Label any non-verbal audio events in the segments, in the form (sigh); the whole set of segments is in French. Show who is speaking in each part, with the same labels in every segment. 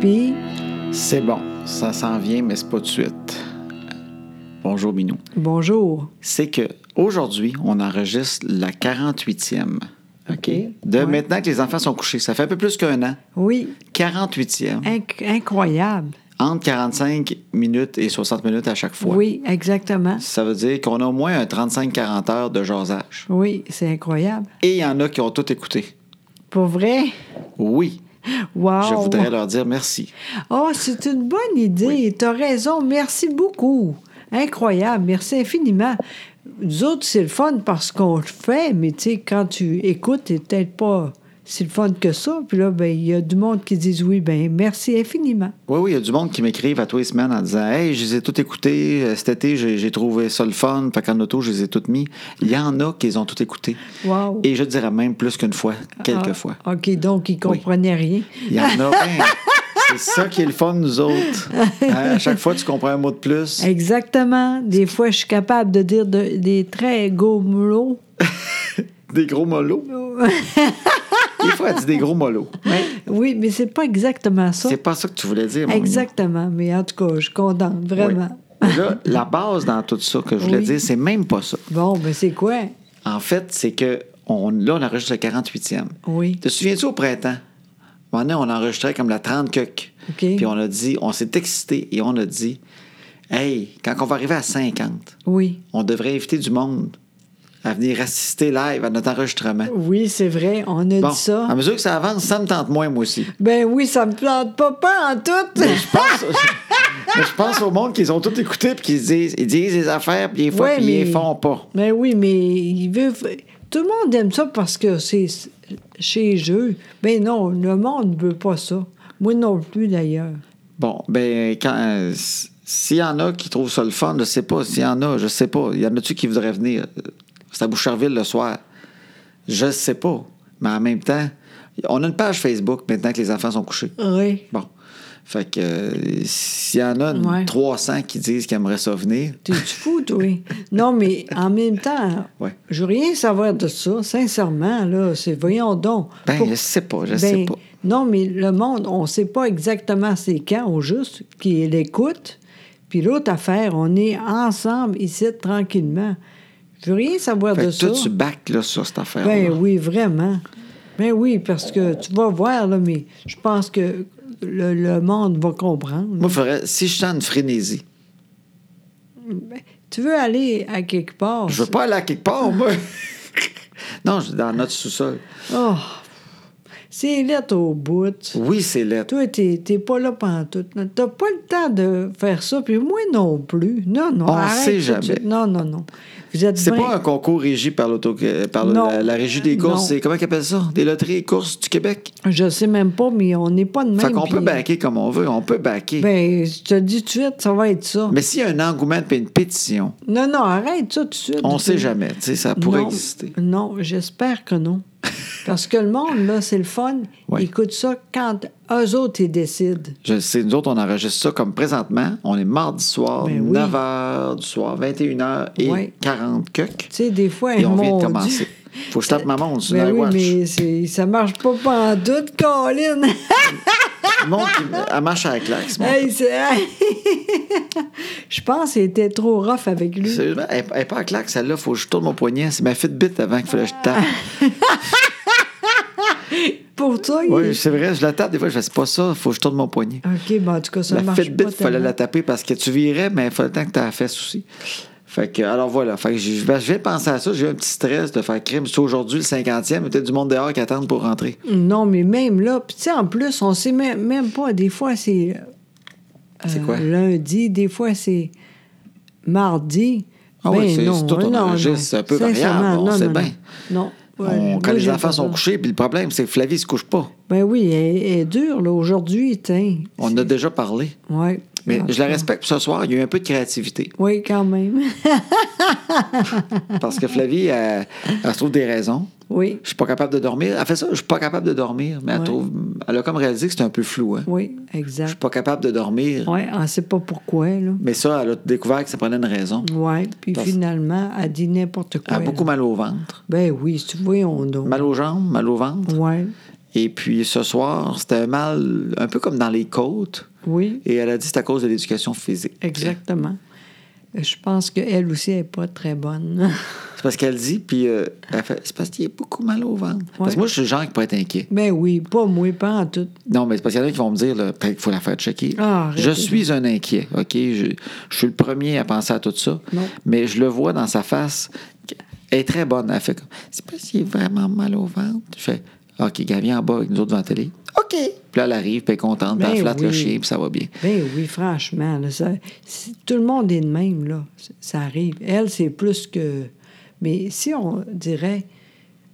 Speaker 1: Puis,
Speaker 2: C'est bon. Ça s'en vient, mais c'est pas tout de suite. Bonjour, minou.
Speaker 1: bonjour.
Speaker 2: c'est que aujourd'hui, on enregistre la 48e. OK?
Speaker 1: OK.
Speaker 2: De
Speaker 1: Ouais.
Speaker 2: maintenant que les enfants sont couchés. Ça fait un peu plus qu'un an.
Speaker 1: Oui,
Speaker 2: 48e.
Speaker 1: inc- incroyable.
Speaker 2: Entre 45 minutes et 60 minutes à chaque fois.
Speaker 1: Oui, exactement.
Speaker 2: Ça veut dire qu'on a au moins un 35-40 heures de jasage.
Speaker 1: Oui, c'est incroyable.
Speaker 2: Et il y en a qui ont tout écouté.
Speaker 1: Pour vrai?
Speaker 2: Oui.
Speaker 1: Wow!
Speaker 2: Je voudrais leur dire merci.
Speaker 1: Oh, c'est une bonne idée. T'as raison. Merci beaucoup. Incroyable. Merci infiniment. Nous autres, c'est le fun parce qu'on le fait, mais tu sais, quand tu écoutes, c'est peut-être pas si le fun que ça. Puis là, ben, il y a du monde qui disent oui, ben, merci infiniment.
Speaker 2: Oui, oui, il y a du monde qui m'écrivent à tous les semaines en disant Hey, je les ai tout écoutés. euh, Cet été, j'ai j'ai trouvé ça le fun. Fait qu'en auto, je les ai toutes mis. Il y en a qui les ont tout écoutés.
Speaker 1: Wow.
Speaker 2: Et je dirais même plus qu'une fois, quelques
Speaker 1: Ah,
Speaker 2: fois.
Speaker 1: OK, donc, ils comprenaient rien.
Speaker 2: Il y en a plein. C'est ça qui est le fun, nous autres. Hein, À chaque fois, tu comprends un mot de plus.
Speaker 1: Exactement. Des fois, je suis capable de dire de- des très gourmands.
Speaker 2: Des gros mollos. Des fois, elle dit des gros mollos. Mais
Speaker 1: Oui, mais c'est pas exactement ça.
Speaker 2: c'est pas ça que tu voulais dire, mon
Speaker 1: Exactement. Mais en tout cas, je condamne
Speaker 2: minou. Oui.
Speaker 1: vraiment.
Speaker 2: Mais Là, la base dans tout ça que je voulais
Speaker 1: Oui.
Speaker 2: dire, c'est même pas ça.
Speaker 1: Bon, ben, c'est quoi?
Speaker 2: En fait, c'est que on, là, on enregistre le 48e.
Speaker 1: Oui.
Speaker 2: Te souviens-tu au printemps? À un moment donné, on enregistrait comme la 30 cuc.
Speaker 1: OK.
Speaker 2: Puis on a dit, on s'est excité et on a dit, hey, quand on va arriver à 50,
Speaker 1: Oui.
Speaker 2: on devrait inviter du monde à venir assister live à notre enregistrement.
Speaker 1: Oui, c'est vrai, on a
Speaker 2: Bon,
Speaker 1: dit ça.
Speaker 2: à mesure que ça avance, ça me tente moins, moi aussi.
Speaker 1: Ben oui, ça me plante pas pas en tout.
Speaker 2: Mais je pense, (laughs) mais je pense au monde qu'ils ont tout écouté et qu'ils disent, ils disent les affaires, puis des fois,
Speaker 1: (laughs) Ouais,
Speaker 2: puis ils les
Speaker 1: mais-
Speaker 2: font pas.
Speaker 1: Ben oui, mais il veut. Tout le monde aime ça parce que c'est chez eux. Ben non, le monde veut pas ça. Moi non plus d'ailleurs.
Speaker 2: Bon, ben, quand. euh, s- S'il y en a qui trouvent ça le fun, je sais pas. S'il y en a, je sais pas. Il y en a-tu qui voudraient venir? euh, C'est à Boucherville le soir. Je sais pas. Mais en même temps, on a une page Facebook maintenant que les enfants sont couchés.
Speaker 1: Oui.
Speaker 2: Bon. Fait que euh, s'il y en a une
Speaker 1: Ouais.
Speaker 2: 300 qui disent qu'ils aimeraient ça venir,
Speaker 1: T'es-tu fou, toi? non, mais en même temps,
Speaker 2: Ouais.
Speaker 1: je veux rien savoir de ça, sincèrement, là. C'est voyons donc.
Speaker 2: ben,
Speaker 1: Pour-
Speaker 2: je sais pas, je
Speaker 1: Ben,
Speaker 2: sais pas.
Speaker 1: Non, mais le monde, on ne sait pas exactement c'est quand, au juste, qui l'écoute. Puis l'autre affaire, on est ensemble ici tranquillement. Je veux rien savoir
Speaker 2: Fait
Speaker 1: de
Speaker 2: que toi,
Speaker 1: ça.
Speaker 2: tu back là, sur cette affaire
Speaker 1: Ben oui, vraiment. Ben oui, parce que tu vas voir, là, mais je pense que le, le monde va comprendre.
Speaker 2: Moi, faudrait, si je sens une frénésie,
Speaker 1: Tu veux aller à quelque part?
Speaker 2: je veux pas aller à quelque part,
Speaker 1: (laughs)
Speaker 2: moi. non, je suis dans notre sous-sol.
Speaker 1: Oh, c'est lettre au bout.
Speaker 2: Oui, c'est lettre.
Speaker 1: Toi, t'es t'es pas là pendant tout. T'as pas le temps de faire ça, puis moi non plus. Non, non.
Speaker 2: On
Speaker 1: arrête
Speaker 2: sait
Speaker 1: tout de suite.
Speaker 2: jamais.
Speaker 1: Non, non, non. Vous êtes
Speaker 2: C'est
Speaker 1: bien-
Speaker 2: pas un concours régi par, l'auto, par le-
Speaker 1: Non.
Speaker 2: la, la régie des courses.
Speaker 1: Non.
Speaker 2: C'est, comment ils appellent ça? Des loteries et courses du Québec.
Speaker 1: Je sais même pas, mais on n'est pas de même.
Speaker 2: fait qu'on
Speaker 1: puis-
Speaker 2: peut backer comme on veut. On peut backer.
Speaker 1: Ben, je te dis tout de suite, ça va être ça.
Speaker 2: Mais s'il y a un engouement et une pétition,
Speaker 1: Non, non, arrête ça tout de suite.
Speaker 2: on sait jamais. Tu sais, ça pourrait
Speaker 1: Ben non,
Speaker 2: exister.
Speaker 1: Non, j'espère
Speaker 2: (laughs)
Speaker 1: que non. Parce que le monde, là, c'est le fun.
Speaker 2: Ouais.
Speaker 1: Ils écoutent ça quand eux autres, ils décident.
Speaker 2: Je le sais, nous autres, on enregistre ça comme présentement. On est mardi soir,
Speaker 1: Ben oui.
Speaker 2: 9h du soir, 21h et
Speaker 1: Ouais.
Speaker 2: 40 cuc.
Speaker 1: Tu sais, des fois,
Speaker 2: Et on
Speaker 1: mon
Speaker 2: vient de
Speaker 1: Dieu.
Speaker 2: commencer. Faut que je tape ma montre sur
Speaker 1: Ben oui,
Speaker 2: l'iWatch.
Speaker 1: mais c'est- ça marche pas pas en doute,
Speaker 2: (laughs)
Speaker 1: Colin.
Speaker 2: Montre, elle marche à la claque. ce montre.
Speaker 1: Hey, c'est- je pense qu'il était trop rough avec lui.
Speaker 2: Sérieusement, elle elle est pas à la claque, celle-là. Faut que je tourne mon poignet. C'est ma Fitbit avant qu'il fallait que je tape.
Speaker 1: Ah. Pour toi, il-
Speaker 2: Oui, c'est vrai. Je la tape des fois. Je fais, c'est pas ça. Faut que je tourne mon poignet.
Speaker 1: OK, ben en tout cas, ça
Speaker 2: la
Speaker 1: marche
Speaker 2: Fitbit,
Speaker 1: pas
Speaker 2: il fallait
Speaker 1: tellement.
Speaker 2: la taper parce que tu virais, mais il fallait le temps que tu la fesses aussi. Fait que, alors voilà. Fait que j'ai- ben, je vais penser à ça. J'ai eu un petit stress de faire crime. C'est aujourd'hui le 50e. Il y a peut-être du monde dehors qui attendent pour rentrer.
Speaker 1: Non, mais même là, puis tu sais, en plus, on sait même, même pas. Des fois, c'est. euh,
Speaker 2: C'est quoi?
Speaker 1: Lundi, des fois, c'est mardi.
Speaker 2: Ah
Speaker 1: Ben
Speaker 2: oui, c'est-
Speaker 1: non,
Speaker 2: c'est tout, on
Speaker 1: non,
Speaker 2: enregistre,
Speaker 1: non.
Speaker 2: c'est un peu
Speaker 1: Sincèrement,
Speaker 2: variable, on
Speaker 1: non,
Speaker 2: sait
Speaker 1: non,
Speaker 2: bien.
Speaker 1: Non. non. Ouais,
Speaker 2: On-
Speaker 1: moi,
Speaker 2: quand les
Speaker 1: j'ai
Speaker 2: enfants
Speaker 1: pas
Speaker 2: sont
Speaker 1: ça.
Speaker 2: couchés, puis le problème, c'est que Flavie se couche pas.
Speaker 1: Ben oui, elle, elle est dure, là, aujourd'hui, tiens.
Speaker 2: On en a déjà parlé.
Speaker 1: Ouais.
Speaker 2: Mais
Speaker 1: En
Speaker 2: je la
Speaker 1: tout cas.
Speaker 2: respecte pour ce soir. Il y a eu un peu de créativité.
Speaker 1: Oui, quand même.
Speaker 2: Parce
Speaker 1: (laughs)
Speaker 2: que Flavie, elle, elle se trouve des raisons.
Speaker 1: oui.
Speaker 2: Je suis pas capable de dormir. Elle fait ça, je suis pas capable de dormir. Mais elle,
Speaker 1: Ouais.
Speaker 2: trouve, elle a comme réalisé que c'est un peu flou. Hein.
Speaker 1: Oui,
Speaker 2: Je suis
Speaker 1: exact.
Speaker 2: pas capable de dormir.
Speaker 1: Oui, on sait pas pourquoi, là.
Speaker 2: Mais ça, elle a découvert que ça prenait une raison.
Speaker 1: Oui, puis
Speaker 2: Parce-
Speaker 1: finalement, elle dit n'importe
Speaker 2: Elle
Speaker 1: quoi.
Speaker 2: a beaucoup
Speaker 1: là.
Speaker 2: mal au ventre.
Speaker 1: Ben oui, si tu vois, on donne.
Speaker 2: Mal aux jambes, mal au ventre.
Speaker 1: Ouais.
Speaker 2: Et puis ce soir, c'était un mal un peu comme dans les côtes.
Speaker 1: Oui.
Speaker 2: Et elle a dit que c'est à cause de l'éducation physique.
Speaker 1: Exactement. Euh, Je pense qu'elle aussi n'est pas très bonne. (laughs)
Speaker 2: C'est parce qu'elle dit, puis euh, elle fait, c'est parce qu'il y a beaucoup mal au ventre. Parce que moi, je suis le genre qui peut être inquiet.
Speaker 1: ben oui, pas moi, pas en tout.
Speaker 2: Non, mais c'est parce qu'il y en a qui vont me dire, là, peut-être qu'il faut la faire checker.
Speaker 1: Ah, arrête.
Speaker 2: je suis un inquiet, OK? Je, je suis le premier à penser à tout ça.
Speaker 1: Non.
Speaker 2: Mais je le vois dans sa face. Elle est très bonne. Elle fait comme, c'est pas s'il est vraiment mal au ventre. Je fais, OK, gars, viens en bas avec nous autres devant la télé. OK. Puis là, elle arrive, puis elle est contente, puis
Speaker 1: Ben
Speaker 2: elle flatte le
Speaker 1: oui.
Speaker 2: chien, puis ça va bien.
Speaker 1: Ben oui, franchement, là, ça- si tout le monde est de même, là, c- ça arrive. Elle, c'est plus que... Mais si on dirait,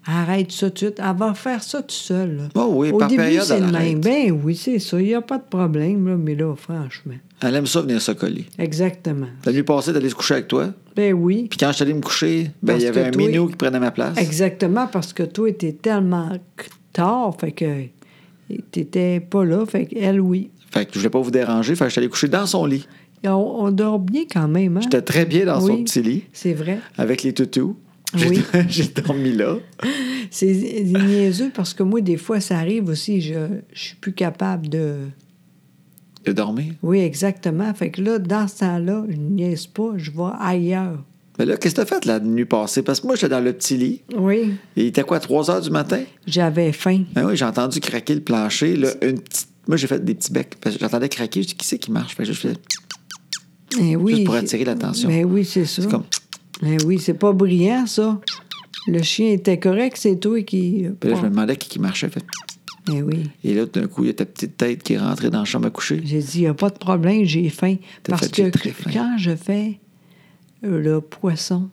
Speaker 1: arrête ça tout de suite, elle va faire ça tout seul. là.
Speaker 2: Oh oui,
Speaker 1: Au
Speaker 2: par
Speaker 1: début,
Speaker 2: période,
Speaker 1: c'est
Speaker 2: elle
Speaker 1: le même.
Speaker 2: arrête.
Speaker 1: Ben oui, c'est ça, il n'y a pas de problème, là, mais là, franchement.
Speaker 2: Elle aime ça venir se coller.
Speaker 1: Exactement.
Speaker 2: La nuit passée, d'aller se coucher avec toi.
Speaker 1: Ben oui,
Speaker 2: Puis quand je suis allé me coucher, ben, il
Speaker 1: Parce
Speaker 2: y avait
Speaker 1: que
Speaker 2: un
Speaker 1: toi-
Speaker 2: minou qui prenait ma place.
Speaker 1: exactement, parce que toi, t'es tellement tard, fait que t'étais pas là, fait qu'elle, oui.
Speaker 2: Fait que je voulais pas vous déranger. Fait que je suis allé coucher dans son lit.
Speaker 1: Et On, on dort bien quand même, hein?
Speaker 2: J'étais très bien dans son
Speaker 1: Oui.
Speaker 2: petit lit.
Speaker 1: C'est vrai.
Speaker 2: avec les toutous. J'ai
Speaker 1: Oui.
Speaker 2: (laughs) j'ai dormi là.
Speaker 1: C'est c'est niaiseux parce que moi, des fois, ça arrive aussi, je, je suis plus capable de...
Speaker 2: J'ai dormi.
Speaker 1: Oui, exactement. Fait que là, dans ce temps-là, je niaise pas, je vais ailleurs.
Speaker 2: Mais là, qu'est-ce que t'as fait la nuit passée? Parce que moi, j'étais dans le petit lit.
Speaker 1: Oui.
Speaker 2: Et il était quoi, 3 heures du matin?
Speaker 1: J'avais faim.
Speaker 2: Ben oui, j'ai entendu craquer le plancher. Là, une petite... Moi, j'ai fait des petits becs. Parce que j'entendais craquer. Je dis, qui c'est qui marche? Fait que je fais
Speaker 1: Eh oui.
Speaker 2: Juste pour attirer l'attention.
Speaker 1: Ben oui, c'est ça.
Speaker 2: c'est comme.
Speaker 1: Eh oui, c'est pas brillant, ça. Le chien était correct, c'est toi qui...
Speaker 2: Puis là, je me demandais qui, qui marchait. Fait...
Speaker 1: Eh oui.
Speaker 2: Et là, d'un coup, il y a ta petite tête qui est rentrée dans la chambre à coucher.
Speaker 1: J'ai dit, il n'y a pas de problème, j'ai faim.
Speaker 2: T'as
Speaker 1: Parce
Speaker 2: fait, j'ai
Speaker 1: que
Speaker 2: très faim.
Speaker 1: quand je fais euh, le poisson,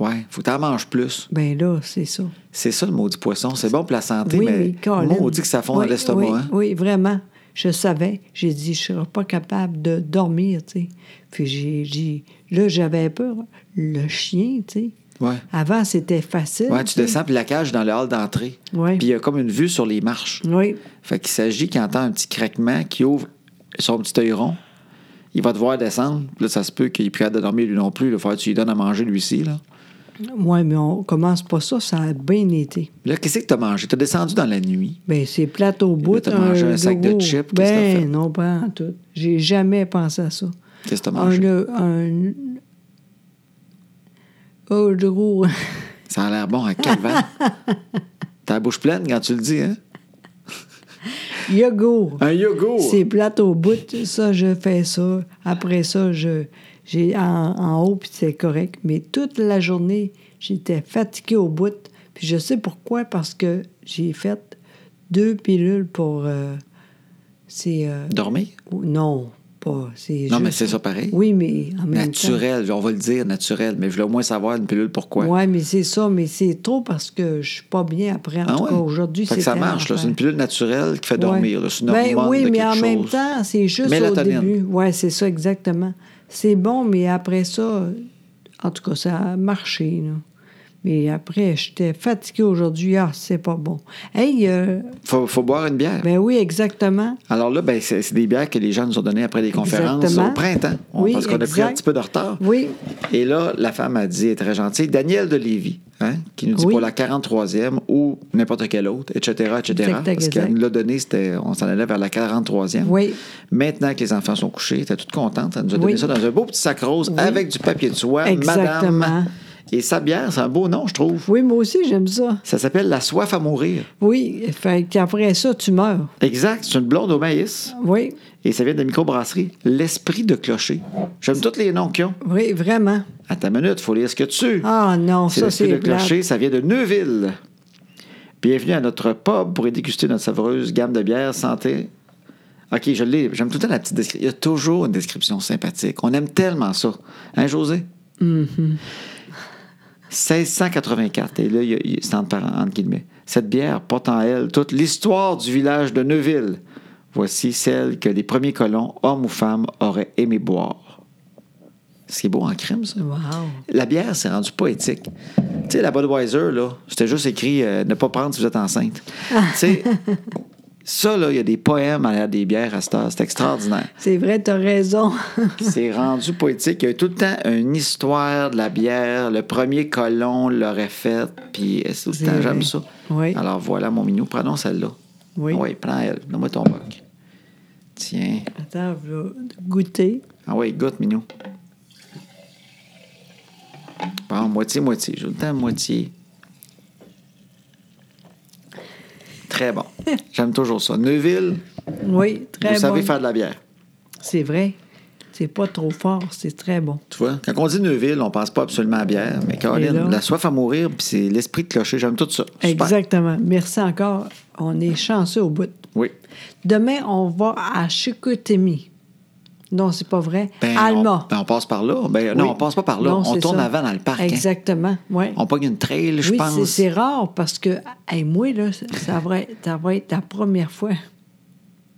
Speaker 2: Ouais, faut que t'en manges plus.
Speaker 1: ben là, c'est ça.
Speaker 2: C'est ça, le maudit poisson. C'est bon pour la santé, mais
Speaker 1: Colin.
Speaker 2: maudit que ça fond
Speaker 1: Oui,
Speaker 2: dans l'estomac.
Speaker 1: oui,
Speaker 2: hein?
Speaker 1: oui, vraiment. Je savais. J'ai dit, je ne serai pas capable de dormir, tu sais. Puis j'ai dit, là, j'avais peur. Le chien, tu sais.
Speaker 2: Ouais.
Speaker 1: Avant, c'était facile.
Speaker 2: Ouais, tu
Speaker 1: sais.
Speaker 2: descends, puis la cage est dans le hall d'entrée.
Speaker 1: Ouais.
Speaker 2: Puis il y a comme une vue sur les marches.
Speaker 1: Oui,
Speaker 2: Fait qu'il s'agit qu'il entend un petit craquement qui ouvre son petit œil rond. Il va te voir descendre. Puis Là, ça se peut qu'il ait plus hâte de dormir lui non plus. Il va falloir que tu lui donnes à manger lui-ci. Là,
Speaker 1: ouais, mais on commence pas ça, ça a bien été.
Speaker 2: là qu'est-ce que t'as mangé? T'as descendu dans la nuit.
Speaker 1: Ben, c'est plate au bout.
Speaker 2: t'as mangé un sac de
Speaker 1: gros-
Speaker 2: chips, qu'est-ce que t'as fait?
Speaker 1: Ben, non, pas en tout. J'ai jamais pensé à ça.
Speaker 2: Qu'est-ce que t'as
Speaker 1: Un,
Speaker 2: mangé?
Speaker 1: un... Oh, gros.
Speaker 2: Ça a l'air bon à
Speaker 1: (laughs)
Speaker 2: calvin. T'as la bouche pleine quand tu le dis, hein?
Speaker 1: Yogourt.
Speaker 2: Un yogourt!
Speaker 1: C'est plate au bout, ça, je fais ça. Après ça, je j'ai en, en haut, puis c'est correct. Mais toute la journée, j'étais fatiguée au bout. Puis je sais pourquoi, parce que j'ai fait deux pilules pour... euh, c'est... euh,
Speaker 2: Dormir?
Speaker 1: ou- non, pas... C'est
Speaker 2: Non, mais
Speaker 1: juste-
Speaker 2: c'est ça pareil.
Speaker 1: Oui, mais en même
Speaker 2: Naturel, on va le dire, naturel. Mais je voulais au moins savoir une pilule pourquoi.
Speaker 1: temps... Oui, mais c'est ça, mais c'est trop parce que je suis pas bien après. En
Speaker 2: Ah
Speaker 1: tout
Speaker 2: ouais?
Speaker 1: cas, aujourd'hui,
Speaker 2: Fait
Speaker 1: c'est
Speaker 2: que ça marche, là. c'est une pilule naturelle qui fait dormir.
Speaker 1: Ouais.
Speaker 2: là. C'est une
Speaker 1: Ben
Speaker 2: hormone
Speaker 1: oui,
Speaker 2: de
Speaker 1: mais
Speaker 2: quelque
Speaker 1: en
Speaker 2: chose.
Speaker 1: même temps, c'est juste
Speaker 2: Mélatonine.
Speaker 1: au début. Oui, c'est ça, exactement. C'est bon, mais après ça, en tout cas, ça a marché. là. Mais après, j'étais fatiguée aujourd'hui. Ah, c'est pas bon. Hey, euh,
Speaker 2: Faut, faut boire une bière.
Speaker 1: ben oui, exactement.
Speaker 2: Alors là, ben, c'est c'est des bières que les gens nous ont données après les conférences
Speaker 1: Exactement.
Speaker 2: au printemps. On-
Speaker 1: Oui,
Speaker 2: parce qu'on a pris un
Speaker 1: exact.
Speaker 2: petit peu de retard.
Speaker 1: Oui,
Speaker 2: Et là, la femme a dit, elle est très gentille, Daniel de Lévis, hein, qui nous dit
Speaker 1: Oui.
Speaker 2: pour la 43e ou n'importe quelle autre, etc., etc.
Speaker 1: Exact,
Speaker 2: parce
Speaker 1: exact.
Speaker 2: qu'elle nous l'a donné, c'était, on s'en allait vers la 43e.
Speaker 1: Oui.
Speaker 2: Maintenant que les enfants sont couchés, elle était toute contente. Elle nous a donné
Speaker 1: Oui.
Speaker 2: ça dans un beau petit sac rose avec du papier de soie,
Speaker 1: Exactement.
Speaker 2: madame. Et sa bière, c'est un beau nom, je trouve.
Speaker 1: oui, moi aussi, j'aime ça.
Speaker 2: Ça s'appelle La soif à mourir.
Speaker 1: Oui, fait qu'après ça, tu meurs.
Speaker 2: Exact, c'est une blonde au maïs.
Speaker 1: Oui,
Speaker 2: Et ça vient de la microbrasserie L'Esprit de Clocher. J'aime tous les noms qu'ils ont.
Speaker 1: oui, vraiment.
Speaker 2: À ta minute, faut lire ce que tu.
Speaker 1: Ah non,
Speaker 2: c'est
Speaker 1: ça,
Speaker 2: L'Esprit de
Speaker 1: c'est plate.
Speaker 2: Clocher, ça vient de Neuville. Bienvenue à notre pub pour y déguster notre savoureuse gamme de bières santé. OK, je l'ai. J'aime tout le temps la petite description. Il y a toujours une description sympathique. On aime tellement ça. Hein, José?
Speaker 1: Mm-hmm.
Speaker 2: 1684. Et là, il y a- il- c'est entre, par- entre guillemets. Cette bière porte en elle toute l'histoire du village de Neuville. Voici celle que les premiers colons, hommes ou femmes, auraient aimé boire. C'est beau en crime, ça.
Speaker 1: Wow.
Speaker 2: La bière, c'est rendu poétique. Tu sais, la Budweiser, là, c'était juste écrit euh, ne pas prendre si vous êtes enceinte. tu
Speaker 1: Ah.
Speaker 2: sais, ça, là, il y a des poèmes à l'air des bières à cette heure. C'est extraordinaire.
Speaker 1: C'est vrai, t'as raison. (laughs)
Speaker 2: C'est rendu poétique. Il y a eu tout le temps une histoire de la bière. Le premier colon l'aurait faite. Puis euh, c'est tout le
Speaker 1: C'est
Speaker 2: temps, j'aime
Speaker 1: vrai.
Speaker 2: ça.
Speaker 1: Oui.
Speaker 2: Alors voilà, mon minou, prenons celle-là.
Speaker 1: Oui.
Speaker 2: Oui, prends elle. Donne-moi ton boc. Tiens.
Speaker 1: Attends, je vais goûter.
Speaker 2: Ah oui, goûte, minou. Bon, moitié-moitié. J'ai le temps de moitié. Très
Speaker 1: (laughs)
Speaker 2: bon. J'aime toujours ça. Neuville,
Speaker 1: Oui,
Speaker 2: vous
Speaker 1: très
Speaker 2: savez
Speaker 1: bon.
Speaker 2: faire de la bière.
Speaker 1: C'est vrai. C'est pas trop fort, c'est très bon.
Speaker 2: Tu vois, quand on dit Neuville, on pense pas absolument à la bière. Mais Caroline,
Speaker 1: Et là-
Speaker 2: la soif à mourir, puis c'est l'esprit de clocher. J'aime tout ça. Super.
Speaker 1: Exactement. Merci encore. On est chanceux au bout.
Speaker 2: Oui.
Speaker 1: Demain, on va à Chicoutimi. Non, c'est pas vrai.
Speaker 2: Ben,
Speaker 1: Alma.
Speaker 2: On, ben, on passe par là. Ben, Non,
Speaker 1: Oui.
Speaker 2: on passe pas par là.
Speaker 1: Non,
Speaker 2: on
Speaker 1: c'est
Speaker 2: tourne
Speaker 1: ça.
Speaker 2: avant dans le parc. hein.
Speaker 1: Exactement, ouais.
Speaker 2: On pogne une trail, je
Speaker 1: oui, c'est-
Speaker 2: pense.
Speaker 1: c'est rare parce que, hey, moi, là, ça va, être, ça va être la première fois.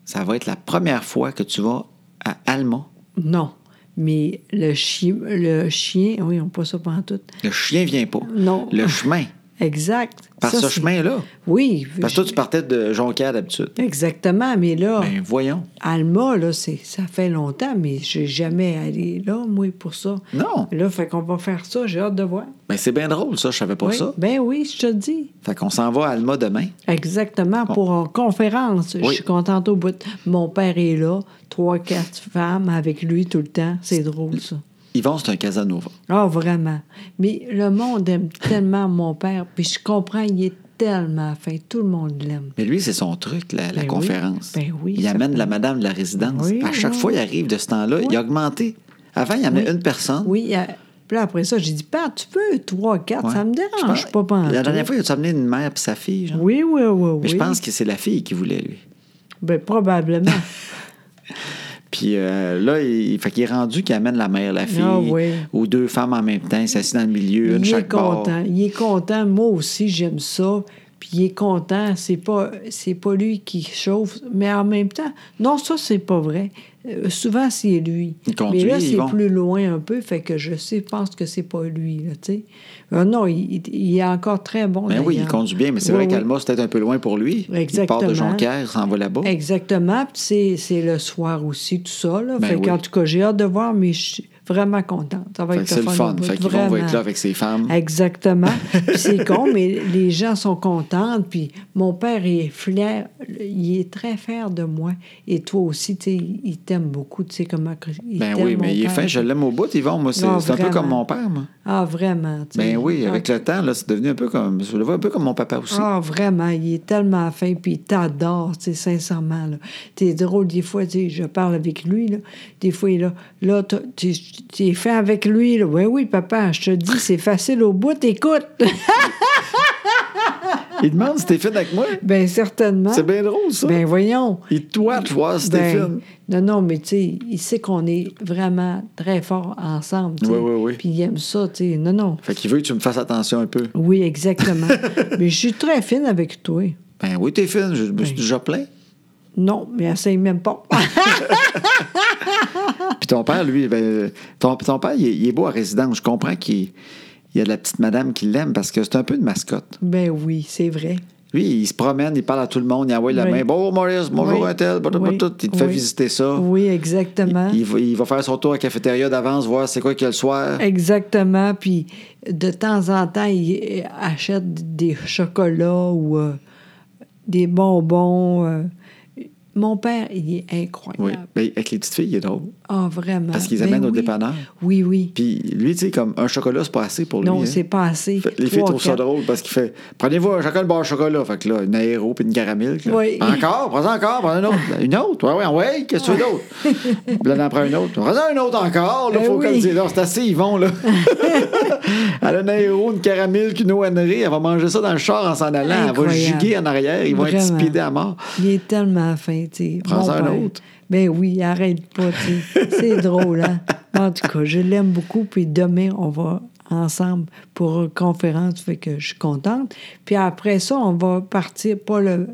Speaker 2: Ça va être la première fois que tu vas à Alma.
Speaker 1: Non, mais le, chi- le chien, oui, on pas ça pendant tout.
Speaker 2: Le chien vient pas.
Speaker 1: Non.
Speaker 2: Le chemin.
Speaker 1: Exact.
Speaker 2: Par
Speaker 1: Ça,
Speaker 2: ce
Speaker 1: c'est-
Speaker 2: chemin-là.
Speaker 1: Oui.
Speaker 2: Parce que toi, tu partais de Jonquière d'habitude.
Speaker 1: Exactement, mais là,
Speaker 2: Ben, voyons.
Speaker 1: Alma, là, c'est, ça fait longtemps, mais j'ai jamais allé là, moi, pour ça.
Speaker 2: Non.
Speaker 1: Là, fait qu'on va faire ça, j'ai hâte de voir.
Speaker 2: Ben, c'est bien drôle, ça. Je savais pas
Speaker 1: Oui.
Speaker 2: ça.
Speaker 1: Ben oui, je te le dis.
Speaker 2: Fait qu'on s'en va à Alma demain.
Speaker 1: Exactement, pour une conférence. Je
Speaker 2: Oui.
Speaker 1: suis contente au bout. Mon père est là, trois, quatre femmes avec lui tout le temps. C'est drôle, ça.
Speaker 2: Yvon, c'est un Casanova.
Speaker 1: Ah, vraiment. Mais le monde aime tellement mon père, puis je comprends, il est tellement fin. Tout le monde l'aime.
Speaker 2: Mais lui, c'est son truc, la, la
Speaker 1: Ben oui.
Speaker 2: conférence.
Speaker 1: Ben oui,
Speaker 2: Il
Speaker 1: ça
Speaker 2: amène
Speaker 1: fait-
Speaker 2: la madame de la résidence.
Speaker 1: Oui,
Speaker 2: à chaque
Speaker 1: oui.
Speaker 2: fois, il arrive de ce temps-là. Il a augmenté. Avant, il amenait une personne.
Speaker 1: Oui, euh, puis là, après ça, j'ai dit, père, tu peux trois, quatre,
Speaker 2: Ouais.
Speaker 1: ça me
Speaker 2: Je
Speaker 1: dérange
Speaker 2: pense-
Speaker 1: pas pendant
Speaker 2: La dernière fois, il a amené une mère et sa fille. Genre.
Speaker 1: Oui, oui, oui,
Speaker 2: Mais
Speaker 1: oui.
Speaker 2: je pense que c'est la fille qui voulait, lui.
Speaker 1: Ben, probablement.
Speaker 2: Puis euh, là, il, fait qu'il est rendu qu'il amène la mère, la fille,
Speaker 1: Ah oui.
Speaker 2: ou deux femmes en même temps. Il s'assit dans le milieu, (laughs) une
Speaker 1: il est
Speaker 2: chaque bord.
Speaker 1: content. Il est content. Moi aussi, j'aime ça. Puis il est content. C'est pas, c'est pas lui qui chauffe. Mais en même temps, non, ça, c'est pas vrai. Euh, souvent, c'est lui.
Speaker 2: Il conduit,
Speaker 1: Mais là,
Speaker 2: ils
Speaker 1: c'est
Speaker 2: vont.
Speaker 1: plus loin un peu. Fait que je sais, pense que c'est pas lui, là, tu sais. Euh, non, il, il- il est encore très bon.
Speaker 2: Ben oui, il
Speaker 1: d'ailleurs.
Speaker 2: conduit bien, mais c'est
Speaker 1: Oui,
Speaker 2: vrai
Speaker 1: oui.
Speaker 2: qu'Alma, c'est peut-être un peu loin pour lui. Il part de
Speaker 1: Exactement.
Speaker 2: Jonquière, il s'en va là-bas.
Speaker 1: Exactement. Puis c'est, c'est le soir aussi, tout ça. Là.
Speaker 2: Ben
Speaker 1: fait
Speaker 2: oui.
Speaker 1: qu'en tout cas, j'ai hâte de voir, mais je suis vraiment contente. Ça va
Speaker 2: Fait
Speaker 1: être
Speaker 2: que c'est le fun.
Speaker 1: au bout,
Speaker 2: Fait qu'ils vont
Speaker 1: vraiment.
Speaker 2: être là avec ses femmes. (laughs)
Speaker 1: Exactement. Puis c'est con, mais les gens sont contents. Puis mon père est fier, il est très fier de moi. Et toi aussi, tu sais, il t'aime beaucoup. Tu sais comment que- il
Speaker 2: Ben
Speaker 1: t'aime,
Speaker 2: oui,
Speaker 1: mon
Speaker 2: mais il est
Speaker 1: père.
Speaker 2: fin, je l'aime au bout, Yvon. Moi, c'est
Speaker 1: Non,
Speaker 2: c'est un peu
Speaker 1: vraiment.
Speaker 2: comme mon père, moi.
Speaker 1: Ah, vraiment. tu sais.
Speaker 2: Ben oui, avec
Speaker 1: ah,
Speaker 2: le temps, là, c'est devenu un peu comme. Je le vois un peu comme mon papa aussi.
Speaker 1: Ah, vraiment, il est tellement fin, puis il t'adore, tu sais, sincèrement. là. T'es drôle, des fois, tu sais, je parle avec lui, là. Des fois, il est là, là, t'as- tu tu es fin avec lui, là. Ben oui, papa, je te dis, c'est facile au bout, écoute. (laughs)
Speaker 2: Il demande si t'es fine avec moi.
Speaker 1: ben certainement.
Speaker 2: C'est bien drôle, ça. Ah,
Speaker 1: Ben voyons.
Speaker 2: Il doit te voir si t'es
Speaker 1: Ben,
Speaker 2: fine.
Speaker 1: non, non, mais tu sais, il sait qu'on est vraiment très forts ensemble. tu sais.
Speaker 2: Oui, oui, oui.
Speaker 1: Puis il aime ça, tu sais. Non, non.
Speaker 2: Fait qu'il veut que tu me fasses attention un peu. (laughs)
Speaker 1: Oui, exactement. mais je suis très fine avec toi.
Speaker 2: Ben oui, t'es fine. Je me suis
Speaker 1: Ben.
Speaker 2: déjà plaint.
Speaker 1: Non, mais essaye même pas. (laughs)
Speaker 2: Puis ton père, lui, ben, ton, ton père, il est, il est beau à résidence. Je comprends qu'il il y a de la petite madame qui l'aime parce que c'est un peu une mascotte.
Speaker 1: Ben oui, c'est vrai.
Speaker 2: Lui, il se promène, il parle à tout le monde, il envoie la
Speaker 1: Oui.
Speaker 2: main. Bonjour Maurice, bonjour
Speaker 1: Oui.
Speaker 2: un tel, blablabla,
Speaker 1: Oui.
Speaker 2: tout. il te fait
Speaker 1: Oui.
Speaker 2: visiter ça.
Speaker 1: Oui, exactement.
Speaker 2: Il, va, il va faire son tour à la cafétéria d'avance, voir c'est quoi qu'il y a le soir.
Speaker 1: Exactement. Puis de temps en temps, il achète des chocolats ou euh, des bonbons. euh. Mon père, il est
Speaker 2: Oui.
Speaker 1: incroyable.
Speaker 2: Ben, avec les petites filles, il est drôle.
Speaker 1: Ah, vraiment.
Speaker 2: Parce qu'ils
Speaker 1: Ben
Speaker 2: amènent au
Speaker 1: oui.
Speaker 2: dépanneur.
Speaker 1: Oui, oui.
Speaker 2: Puis lui, tu sais, comme un chocolat, c'est pas assez pour lui.
Speaker 1: non,
Speaker 2: hein.
Speaker 1: c'est pas assez.
Speaker 2: Fait- Les filles
Speaker 1: Trois,
Speaker 2: trouvent ça
Speaker 1: quatre.
Speaker 2: drôle parce qu'il fait Prenez-vous un- chacun le bar chocolat. Fait que là, une aéro puis une caramel. que là,
Speaker 1: Oui.
Speaker 2: Encore, prends encore, prends une
Speaker 1: (laughs)
Speaker 2: autre. Une autre, ouais, ouais, ouais, qu'est-ce que tu veux d'autre? Là, on en prend une autre. Prends-en une autre encore. Là,
Speaker 1: Ben
Speaker 2: faut
Speaker 1: oui.
Speaker 2: qu'elle dise Non, c'est assez, ils vont,
Speaker 1: (laughs)
Speaker 2: là. elle a un aéro, une caramel, une eau Henry. Elle va manger ça dans le char en s'en allant.
Speaker 1: Incroyable.
Speaker 2: Elle va juguer en arrière. Ils vont être
Speaker 1: Vraiment.
Speaker 2: speedés à mort.
Speaker 1: Il est tellement fin, tu sais.
Speaker 2: Prends-en
Speaker 1: Mon
Speaker 2: un
Speaker 1: père.
Speaker 2: autre.
Speaker 1: Ben oui, arrête pas, tu sais.
Speaker 2: (laughs)
Speaker 1: C'est drôle, hein? En tout cas, je l'aime beaucoup. Puis demain, on va ensemble pour une conférence. Fait que je suis contente. Puis après ça, on va partir. Pas le,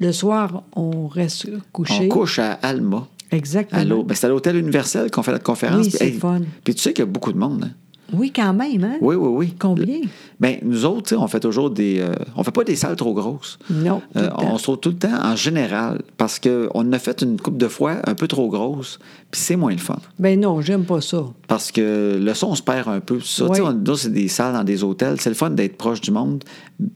Speaker 1: le soir, on reste couché.
Speaker 2: On couche à Alma. À l'hô-
Speaker 1: Exactement.
Speaker 2: ben, c'est à l'hôtel universel qu'on fait notre conférence.
Speaker 1: Oui,
Speaker 2: Puis,
Speaker 1: c'est fun.
Speaker 2: Puis tu sais qu'il y a beaucoup de monde. hein.
Speaker 1: Oui, quand même, hein?
Speaker 2: Oui, oui, oui.
Speaker 1: Combien?
Speaker 2: Bien, Ben, nous autres, tu sais, on fait toujours des. euh, on fait pas des salles trop grosses.
Speaker 1: Non, tout
Speaker 2: Euh,
Speaker 1: le temps.
Speaker 2: on se trouve tout le temps en général parce qu'on en a fait une coupe de fois un peu trop grosse, puis c'est moins le fun.
Speaker 1: Ben non, j'aime pas ça.
Speaker 2: Parce que le son, on se perd un peu. tout Ça,
Speaker 1: Oui.
Speaker 2: Tu sais, on, nous, c'est des salles dans des hôtels. C'est le fun d'être proche du monde.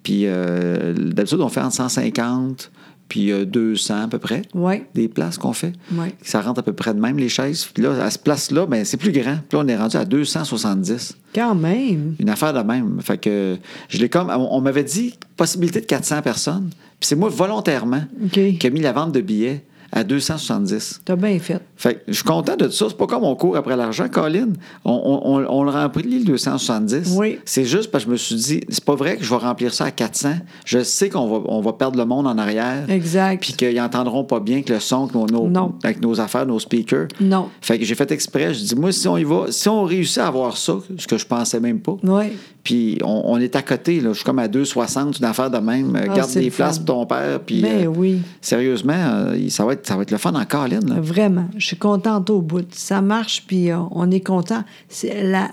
Speaker 2: Puis euh, d'habitude, on fait entre 150 puis euh, 200 à peu près.
Speaker 1: Oui.
Speaker 2: Des places qu'on fait.
Speaker 1: Oui.
Speaker 2: Ça rentre à peu près de même, les chaises. Puis là, à ce place-là, ben, c'est plus grand. Puis là, on est rendu à 270.
Speaker 1: Quand même.
Speaker 2: Une affaire de même. Fait que je l'ai comme. On, on m'avait dit possibilité de 400 personnes. Puis c'est moi volontairement
Speaker 1: OK.
Speaker 2: qui a mis la vente de billets à 270.
Speaker 1: T'as bien fait.
Speaker 2: Fait que je suis content de ça. C'est pas comme on court après l'argent, Colin. On, on, on, on le remplit le 270.
Speaker 1: Oui.
Speaker 2: C'est juste parce que je me suis dit, c'est pas vrai que je vais remplir ça à 400. Je sais qu'on va, on va perdre le monde en arrière.
Speaker 1: Exact.
Speaker 2: Puis qu'ils entendront pas bien que le son, que nos- nos-
Speaker 1: Non.
Speaker 2: avec nos affaires, nos speakers.
Speaker 1: Non.
Speaker 2: Fait que j'ai fait exprès. Je dis, moi, si on y va, si on réussit à avoir ça, ce que je pensais même pas.
Speaker 1: Oui.
Speaker 2: Puis on, on est à côté, là. Je suis comme à 2,60, une affaire de même. Euh,
Speaker 1: Ah,
Speaker 2: Garde
Speaker 1: c'est
Speaker 2: des
Speaker 1: le fun.
Speaker 2: places pour ton père. Puis,
Speaker 1: Ben
Speaker 2: euh,
Speaker 1: oui. Ben
Speaker 2: Sérieusement, euh, il- ça, va être, ça va être le fun en Colin, là.
Speaker 1: Vraiment, je suis contente au bout. Ça marche, puis euh, on est content. C'est la,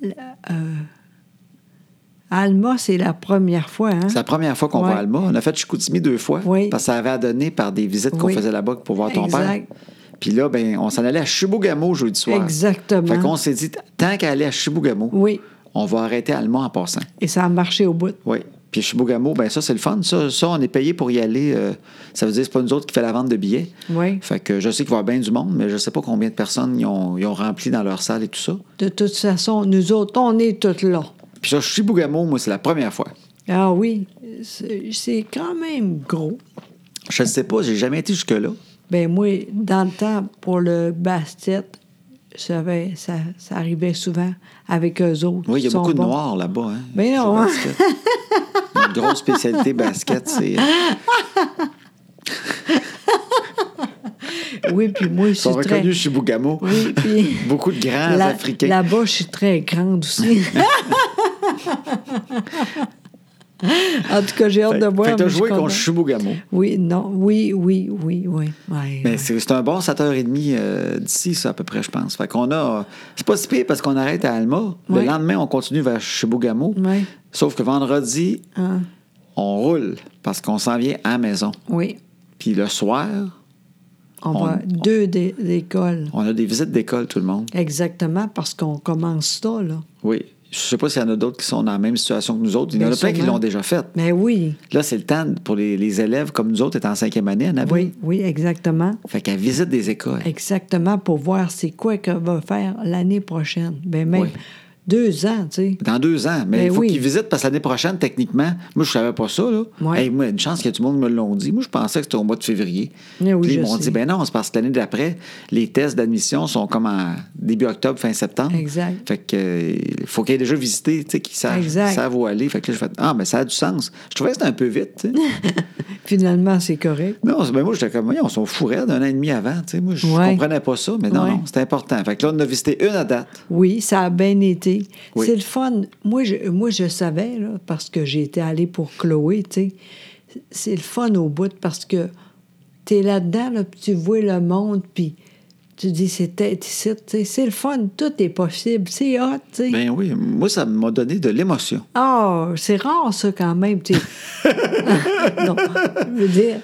Speaker 1: la- euh, Alma, c'est la première fois. Hein?
Speaker 2: C'est la première fois qu'on
Speaker 1: Ouais.
Speaker 2: va à Alma. On a fait Chicoutimi deux fois.
Speaker 1: Oui.
Speaker 2: Parce que ça avait à donner par des visites qu'on
Speaker 1: Oui.
Speaker 2: faisait là-bas pour voir ton
Speaker 1: Exact.
Speaker 2: père. Puis là, ben, on s'en allait à Chibougamau jeudi soir.
Speaker 1: Exactement.
Speaker 2: Fait qu'on s'est dit, tant qu'à aller à Chibougamau,
Speaker 1: Oui,
Speaker 2: on va arrêter à Alma en passant.
Speaker 1: et ça a marché au bout.
Speaker 2: Oui. Puis Chibougamau, ben ça, c'est le fun. Ça, ça, on est payé pour y aller. euh, ça veut dire que c'est pas nous autres qui fait la vente de billets.
Speaker 1: Oui.
Speaker 2: Fait que je sais qu'il va y avoir bien du monde, mais je sais pas combien de personnes ils ont, ils ont rempli dans leur salle et tout ça.
Speaker 1: De toute façon, nous autres, on est toutes là.
Speaker 2: Puis ça, Chibougamau, moi, c'est la première fois.
Speaker 1: Ah oui, c'est c'est quand même gros.
Speaker 2: Je sais pas, j'ai jamais été jusque-là.
Speaker 1: Ben moi, dans le temps, pour le bastet, ça, avait- ça, ça arrivait souvent avec eux autres.
Speaker 2: Oui, il y a
Speaker 1: Ils sont
Speaker 2: beaucoup de
Speaker 1: bons.
Speaker 2: noirs là-bas. Hein,
Speaker 1: Ben
Speaker 2: sur
Speaker 1: non, hein.
Speaker 2: basket. Notre grosse spécialité basket, c'est. euh,
Speaker 1: Oui, puis moi, je
Speaker 2: Ils sont
Speaker 1: suis très...
Speaker 2: reconnus chez Bougamo.
Speaker 1: Oui, puis-
Speaker 2: Beaucoup de grands
Speaker 1: Là-
Speaker 2: Africains.
Speaker 1: Là-bas, je suis très grande aussi.
Speaker 2: (laughs)
Speaker 1: en tout cas, j'ai hâte
Speaker 2: Fait-
Speaker 1: de voir.
Speaker 2: fait que t'as
Speaker 1: mais je
Speaker 2: joué
Speaker 1: suis
Speaker 2: contre
Speaker 1: contente.
Speaker 2: Chibougamau.
Speaker 1: Oui, non, oui, oui, oui, oui. Ouais,
Speaker 2: Mais
Speaker 1: ouais.
Speaker 2: c'est c'est un bon 7h30 euh, d'ici, ça, à peu près, je pense. Fait qu'on a. C'est pas si pire parce qu'on arrête à Alma. Le
Speaker 1: Ouais.
Speaker 2: lendemain, on continue vers Chibougamau.
Speaker 1: Ouais.
Speaker 2: Sauf que vendredi,
Speaker 1: Ah,
Speaker 2: on roule parce qu'on s'en vient à la maison.
Speaker 1: oui,
Speaker 2: Puis le soir,
Speaker 1: on,
Speaker 2: On-
Speaker 1: va deux d'é- d'école.
Speaker 2: on a des visites d'école, tout le monde.
Speaker 1: Exactement, parce qu'on commence ça, là.
Speaker 2: Oui. Je sais pas s'il y en a d'autres qui sont dans la même situation que nous autres. Il y en
Speaker 1: Bien hein.
Speaker 2: a plein qui
Speaker 1: sûrement.
Speaker 2: l'ont déjà fait.
Speaker 1: Mais oui,
Speaker 2: Là, c'est le temps pour les, les élèves comme nous autres, étant en cinquième année, Annabelle.
Speaker 1: oui, oui, exactement.
Speaker 2: Fait qu'elle visite des écoles.
Speaker 1: Exactement, pour voir c'est quoi qu'elle va faire l'année prochaine. Ben même
Speaker 2: Oui.
Speaker 1: deux ans, tu sais.
Speaker 2: Dans deux ans. Mais
Speaker 1: Ben
Speaker 2: il faut
Speaker 1: oui.
Speaker 2: qu'ils visitent parce que l'année prochaine, techniquement, moi, je savais pas ça. Là.
Speaker 1: Ouais.
Speaker 2: Hey, moi, une chance que tout le monde me l'ont dit. Moi, je pensais que c'était au mois de février.
Speaker 1: Eh oui,
Speaker 2: Puis
Speaker 1: je
Speaker 2: ils m'ont
Speaker 1: sais.
Speaker 2: dit, ben non, c'est parce que l'année d'après, les tests d'admission sont comme en début octobre, fin septembre.
Speaker 1: Exact.
Speaker 2: Fait que euh, faut qu'il y ait déjà visité, tu sais, qu'ils savent,
Speaker 1: Exact.
Speaker 2: savent où aller. Fait que là, je fais, ah, mais ça a du sens. Je trouvais que c'était un peu vite.
Speaker 1: (laughs)
Speaker 2: tu sais.
Speaker 1: Finalement, c'est correct.
Speaker 2: Non, c'est- ben moi, j'étais comme, Voyons, on s'en fourrait d'un an et demi avant. tu sais. Moi, je
Speaker 1: Ouais.
Speaker 2: comprenais pas ça, mais non,
Speaker 1: Ouais.
Speaker 2: non, c'était important. Fait que là, on a visité une à date.
Speaker 1: Oui, ça a bien été.
Speaker 2: Oui.
Speaker 1: C'est le fun. Moi, je, moi, je savais, là, parce que j'ai été allée pour Chloé, tu sais. C'est le fun au bout parce que t'es là-dedans, là, puis tu vois le monde, puis Tu dis, c'était ici, tu sais, c'est le fun, tout est possible, c'est hot, tu sais.
Speaker 2: Ben oui, moi, ça m'a donné de l'émotion.
Speaker 1: Ah, c'est rare, ça, quand même.
Speaker 2: (laughs)
Speaker 1: tu sais. non, je veux dire,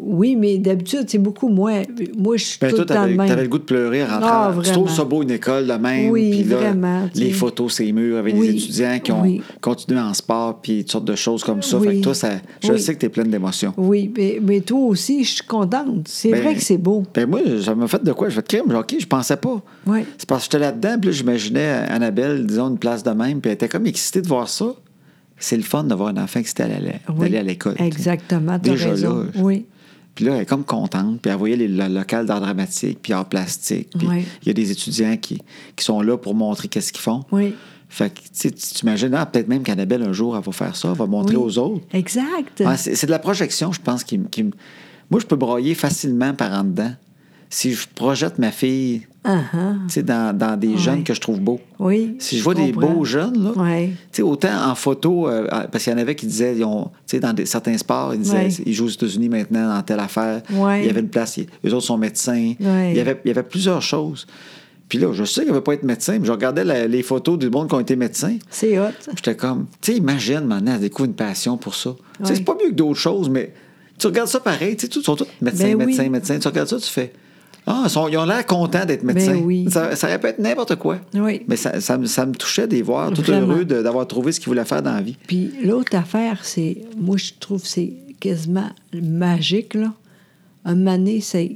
Speaker 1: oui, mais d'habitude, c'est beaucoup moins. Moi, je suis
Speaker 2: Ben,
Speaker 1: tout
Speaker 2: toi,
Speaker 1: le temps
Speaker 2: t'avais
Speaker 1: de
Speaker 2: t'avais le
Speaker 1: même.
Speaker 2: goût de pleurer en rentrant.
Speaker 1: Ah,
Speaker 2: tu
Speaker 1: vraiment.
Speaker 2: trouves ça beau, une école de même.
Speaker 1: Oui,
Speaker 2: puis là,
Speaker 1: vraiment, tu
Speaker 2: Les
Speaker 1: sais.
Speaker 2: photos, ces murs avec
Speaker 1: Oui,
Speaker 2: des étudiants qui ont
Speaker 1: oui.
Speaker 2: continué en sport, puis toutes sortes de choses comme ça. Fait que
Speaker 1: Oui,
Speaker 2: toi, ça, je
Speaker 1: oui.
Speaker 2: sais que t'es pleine d'émotions.
Speaker 1: Oui, mais, mais toi aussi, je suis contente. C'est
Speaker 2: Ben,
Speaker 1: vrai que c'est beau.
Speaker 2: Ben moi, ça m'a fait de quoi? Je fais de crime, ok, je pensais pas.
Speaker 1: Oui.
Speaker 2: C'est parce que j'étais là-dedans, puis là, j'imaginais Annabelle, disons, une place de même, puis elle était comme excitée de voir ça. C'est le fun de voir un enfant excité d'aller à la-
Speaker 1: Oui,
Speaker 2: d'aller à l'école. tu sais.
Speaker 1: Exactement, tu as
Speaker 2: Déjà
Speaker 1: raison.
Speaker 2: là, je-
Speaker 1: Oui.
Speaker 2: Puis là, elle est comme contente, puis elle voyait les- le local d'art dramatique, puis art plastique. Puis
Speaker 1: Ouais.
Speaker 2: il y a des étudiants qui, qui sont là pour montrer qu'est-ce qu'ils font.
Speaker 1: Oui.
Speaker 2: Fait que, tu sais, tu t'imagines, ah, peut-être même qu'Annabelle, un jour, elle va faire ça, elle va montrer
Speaker 1: Oui.
Speaker 2: aux autres.
Speaker 1: Exact.
Speaker 2: Ah, c'est c'est de la projection, je pense, qui, me- qui me- Moi, je peux broyer facilement par en dedans. Si je projette ma fille,
Speaker 1: Ah-ah.
Speaker 2: tu sais, dans, dans des jeunes que je trouve beaux.
Speaker 1: Uh-huh. Oui.
Speaker 2: Si je vois des
Speaker 1: comprends.
Speaker 2: beaux jeunes, là,
Speaker 1: Ouais.
Speaker 2: tu sais, autant en photo, euh, parce qu'il y en avait qui disaient, ils ont, tu sais, dans des- certains sports, ils disaient,
Speaker 1: Ouais.
Speaker 2: ils jouent aux États-Unis maintenant dans telle affaire.
Speaker 1: Ouais.
Speaker 2: Il y avait une place, ils- eux autres sont médecins.
Speaker 1: Ouais.
Speaker 2: Il, y avait, il y avait plusieurs choses. Puis là, je sais qu'elle ne veut pas être médecin, mais je regardais la- les photos du monde qui ont été médecins.
Speaker 1: C'est hot.
Speaker 2: J'étais comme, tu sais, imagine maintenant, elle découvre une passion pour ça. Tu sais,
Speaker 1: Ouais.
Speaker 2: C'est pas mieux que d'autres choses, mais tu regardes ça pareil, tu sais, tous sont tous médecins,
Speaker 1: Ben oui.
Speaker 2: médecins, médecins. Tu regardes ça, tu fais. Ah, ils, sont- ils ont l'air contents d'être médecins.
Speaker 1: Ben oui.
Speaker 2: ça, ça aurait pu être n'importe quoi.
Speaker 1: Oui.
Speaker 2: Mais ça, ça me- ça me touchait de les voir, tout
Speaker 1: Vraiment.
Speaker 2: heureux de- d'avoir trouvé ce qu'ils voulaient faire dans la vie.
Speaker 1: Puis l'autre affaire, c'est, moi, je trouve que c'est quasiment magique, là. Un mané, c'est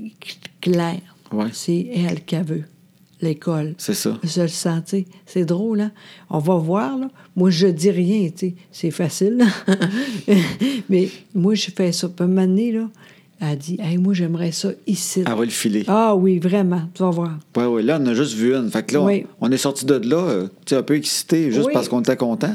Speaker 1: clair.
Speaker 2: Ouais.
Speaker 1: C'est elle qui a veut, l'école.
Speaker 2: C'est ça.
Speaker 1: Je le sens, tu sais. C'est drôle, hein? On va voir, là. Moi, je dis rien, tu sais. C'est facile, là. (laughs) Mais moi, je fais ça. Puis un mané, là, elle dit, hey, moi, j'aimerais ça ici.
Speaker 2: Elle va le filer.
Speaker 1: Ah oui, vraiment, tu vas voir.
Speaker 2: Ouais, ouais, là, on a juste vu une. Fait que là, on-
Speaker 1: Oui.
Speaker 2: on, est sorti de là, euh, tu sais, un peu excité, juste
Speaker 1: Oui.
Speaker 2: parce qu'on était content,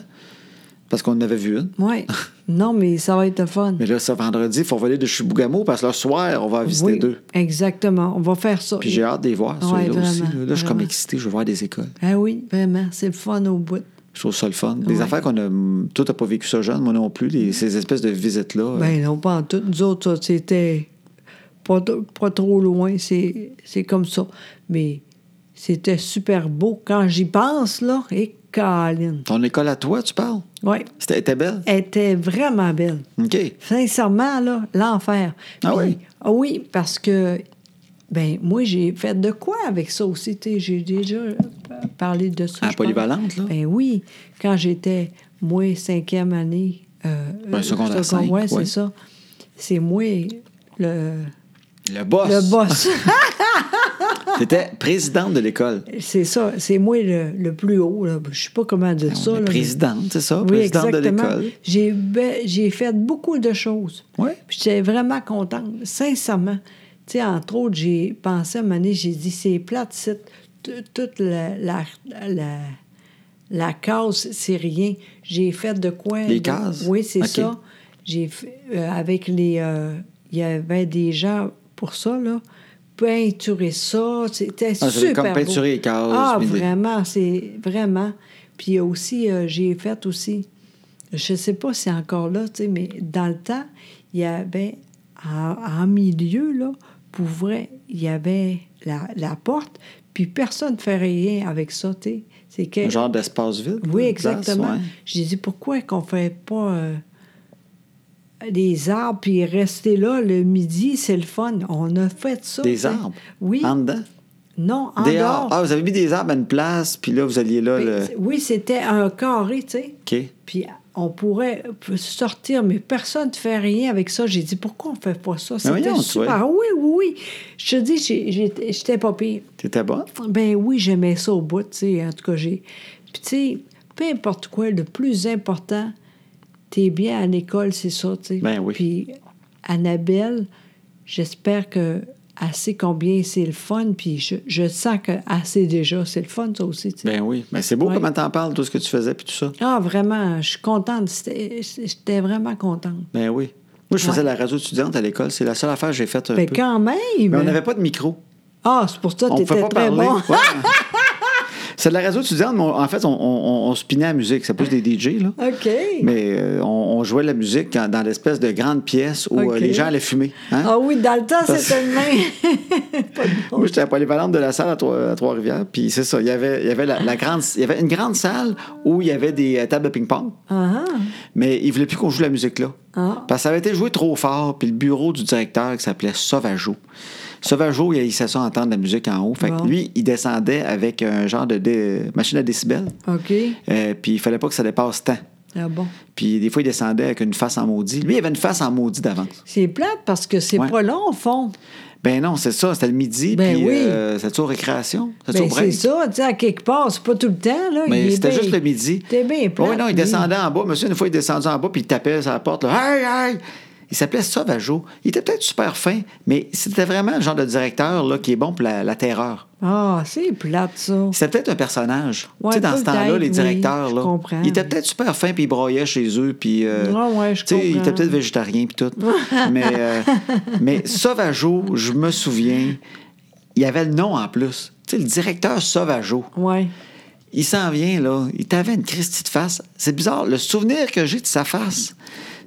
Speaker 2: parce qu'on en avait vu une.
Speaker 1: Oui.
Speaker 2: (laughs)
Speaker 1: non, mais ça va être le fun.
Speaker 2: Mais là, ce vendredi, il faut voler de Chibougamau, parce que le soir, on va en visiter
Speaker 1: Oui,
Speaker 2: deux.
Speaker 1: Exactement. On va faire ça.
Speaker 2: Puis j'ai hâte de les voir,
Speaker 1: Ouais,
Speaker 2: ceux-là aussi. Là,
Speaker 1: vraiment,
Speaker 2: Là, je suis comme
Speaker 1: vraiment.
Speaker 2: excité, je veux voir des écoles.
Speaker 1: Ah oui, vraiment, c'est le fun au bout.
Speaker 2: Je trouve ça le fun. Des
Speaker 1: Ouais. Mm.
Speaker 2: affaires qu'on a. Toi, t'as pas vécu ça jeune, moi non plus, les- ces espèces de visites-là. euh,
Speaker 1: Ben non, pas en tout. Nous autres, ça, c'était pas, t- pas trop loin, c'est c'est comme ça. Mais c'était super beau. Quand j'y pense, là, et Colin.
Speaker 2: Ton école à toi, tu parles?
Speaker 1: Oui,
Speaker 2: C'était était belle?
Speaker 1: elle était vraiment belle.
Speaker 2: OK.
Speaker 1: Sincèrement, là, l'enfer.
Speaker 2: Ah
Speaker 1: Puis-
Speaker 2: oui?
Speaker 1: Ah oui, parce que, ben moi, j'ai fait de quoi avec ça aussi, tu sais, j'ai déjà parlé de
Speaker 2: À
Speaker 1: ça. je pense.
Speaker 2: Ah, Polyvalente, là?
Speaker 1: Ben oui, quand j'étais, moi, cinquième année. euh,
Speaker 2: Ben, secondaire
Speaker 1: euh,
Speaker 2: cinq,
Speaker 1: ouais,
Speaker 2: ouais.
Speaker 1: c'est ça. C'est moi, le,
Speaker 2: Le boss. (laughs)
Speaker 1: le boss.
Speaker 2: T'étais présidente de l'école.
Speaker 1: c'est ça, c'est moi le, le plus haut, là. Je sais pas comment dire ça,
Speaker 2: Ben, On
Speaker 1: là,
Speaker 2: est
Speaker 1: mais-
Speaker 2: présidente, c'est ça?
Speaker 1: Oui,
Speaker 2: présidente de
Speaker 1: exactement.
Speaker 2: l'école.
Speaker 1: J'ai be- j'ai fait beaucoup de choses.
Speaker 2: Oui.
Speaker 1: Puis J'étais vraiment contente, sincèrement. Tu sais, entre autres, j'ai pensé à un moment donné, j'ai dit, c'est plate, c'est t- toute la, la, la, la case, c'est rien. J'ai fait de quoi?
Speaker 2: Les
Speaker 1: de-
Speaker 2: cases?
Speaker 1: Oui, c'est
Speaker 2: OK.
Speaker 1: ça. J'ai fait, euh, avec les... euh, Il y avait des gens pour ça, là. Peinturer ça, c'était
Speaker 2: Ah, ça veut
Speaker 1: super
Speaker 2: comme
Speaker 1: beau.
Speaker 2: peinturer les cases,
Speaker 1: Ah,
Speaker 2: puis des-
Speaker 1: vraiment, c'est... Vraiment. Puis aussi, euh, j'ai fait aussi je sais pas si c'est encore là, tu sais, mais dans le temps, il y avait en, en milieu, là, pour vrai, il y avait la, la porte, puis personne ne fait rien avec ça, tu sais. C'est que...
Speaker 2: Un genre d'espace vide.
Speaker 1: oui,
Speaker 2: une place,
Speaker 1: exactement.
Speaker 2: ouais.
Speaker 1: J'ai dit, pourquoi qu'on fait pas euh, des arbres, puis rester là le midi, c'est le fun. On a fait ça. tu
Speaker 2: Des
Speaker 1: sais.
Speaker 2: arbres.
Speaker 1: Oui.
Speaker 2: En dedans.
Speaker 1: Non, en
Speaker 2: des
Speaker 1: dehors.
Speaker 2: arbres. Ah, vous avez mis des arbres à une place, puis là, vous alliez là. Le...
Speaker 1: Oui, c'était un carré, tu sais.
Speaker 2: OK.
Speaker 1: Puis on pourrait sortir, mais personne ne fait rien avec ça. J'ai dit, pourquoi on ne fait pas ça? C'était
Speaker 2: voyons,
Speaker 1: super. Oui, oui, oui. Je te dis, j'ai- j'ai- j'étais pas pire.
Speaker 2: T'étais bonne?
Speaker 1: Ben oui, j'aimais ça au bout, tu sais. En tout cas, j'ai... Puis tu sais, peu importe quoi, le plus important, t'es bien à l'école, c'est ça, tu sais.
Speaker 2: Ben oui.
Speaker 1: Puis Annabelle, j'espère que elle sait combien c'est le fun, puis je, je sens que elle sait déjà, c'est le fun, ça aussi, tu sais.
Speaker 2: Ben oui. Mais c'est beau
Speaker 1: Ouais.
Speaker 2: comment t'en parles, tout ce que tu faisais, puis tout ça.
Speaker 1: Ah, vraiment, je suis contente. C'était- J'étais vraiment contente.
Speaker 2: Ben oui. Moi, je faisais
Speaker 1: Ouais.
Speaker 2: la radio étudiante à l'école. C'est la seule affaire que j'ai faite un
Speaker 1: Ben,
Speaker 2: peu.
Speaker 1: quand même!
Speaker 2: Mais on n'avait pas de micro.
Speaker 1: Ah, c'est pour ça que
Speaker 2: On ne
Speaker 1: t'étais
Speaker 2: pouvait pas
Speaker 1: très
Speaker 2: parler.
Speaker 1: bon.
Speaker 2: Ouais. C'est de la radio étudiante, mais on- en fait, on, on, on- on se pinait à la musique. C'est plus des DJ, là.
Speaker 1: (laughs) OK.
Speaker 2: Mais euh, on, on jouait la musique quand- dans l'espèce de grande pièce où euh,
Speaker 1: OK.
Speaker 2: les gens allaient fumer. hein.
Speaker 1: Ah oui, dans le temps,
Speaker 2: Parce-
Speaker 1: c'était
Speaker 2: (laughs)
Speaker 1: le même. Pas de bon.
Speaker 2: Moi, j'étais à polyvalente de la salle à, Trois- à Trois-Rivières. Puis c'est ça, il y avait, il y, avait la, la grande, il y avait une grande salle où il y avait des euh, tables de ping-pong.
Speaker 1: Ah,
Speaker 2: Mais ils voulaient plus qu'on joue la musique là.
Speaker 1: Ah.
Speaker 2: Parce que ça avait été joué trop fort. Puis le bureau du directeur qui s'appelait Sauvageau. Sauvageau, il laissait ça entendre la musique en haut. Fait
Speaker 1: Bon.
Speaker 2: que lui, il descendait avec un genre de dé- machine à décibels.
Speaker 1: ah. OK.
Speaker 2: Euh, puis il fallait pas que ça dépasse tant.
Speaker 1: Ah bon.
Speaker 2: Puis des fois, il descendait avec une face en maudit. Lui, il avait une face en maudit d'avance.
Speaker 1: C'est plate parce que c'est
Speaker 2: Ouais.
Speaker 1: pas long, au fond.
Speaker 2: Ben non, c'est ça, c'était le midi.
Speaker 1: Ben
Speaker 2: puis
Speaker 1: oui.
Speaker 2: euh, c'était-tu aux récréations? C'était-tu au
Speaker 1: Ben,
Speaker 2: break?
Speaker 1: c'est ça, tu sais, à quelque part, c'est pas tout le temps, là. Il
Speaker 2: Mais
Speaker 1: est
Speaker 2: c'était
Speaker 1: bien-
Speaker 2: juste le midi.
Speaker 1: T'es bien plate,
Speaker 2: Oui, non, il
Speaker 1: lui.
Speaker 2: descendait en bas. Monsieur, une fois, il descendait en bas, puis il tapait sur la porte. là, Hey, hey! Il s'appelait Sauvageau. Il était peut-être super fin, mais c'était vraiment le genre de directeur là, qui est bon pour la, la terreur.
Speaker 1: Ah, c'est plate, ça.
Speaker 2: C'était peut-être un personnage.
Speaker 1: Ouais,
Speaker 2: tu sais, dans ce temps-là,
Speaker 1: peut-être,
Speaker 2: les directeurs,
Speaker 1: oui, je
Speaker 2: là,
Speaker 1: comprends.
Speaker 2: ils étaient peut-être super fins, puis ils broyaient chez eux, puis... euh,
Speaker 1: Ouais, ouais, je
Speaker 2: tu sais, Ils
Speaker 1: comprends.
Speaker 2: étaient peut-être végétariens, puis
Speaker 1: (laughs)
Speaker 2: tout. mais, euh, mais Sauvageau, je me souviens, il y avait le nom en plus. Tu sais, le directeur Sauvageau.
Speaker 1: Ouais.
Speaker 2: Il s'en vient, là. Il t'avait une Christie de face. C'est bizarre. Le souvenir que j'ai de sa face,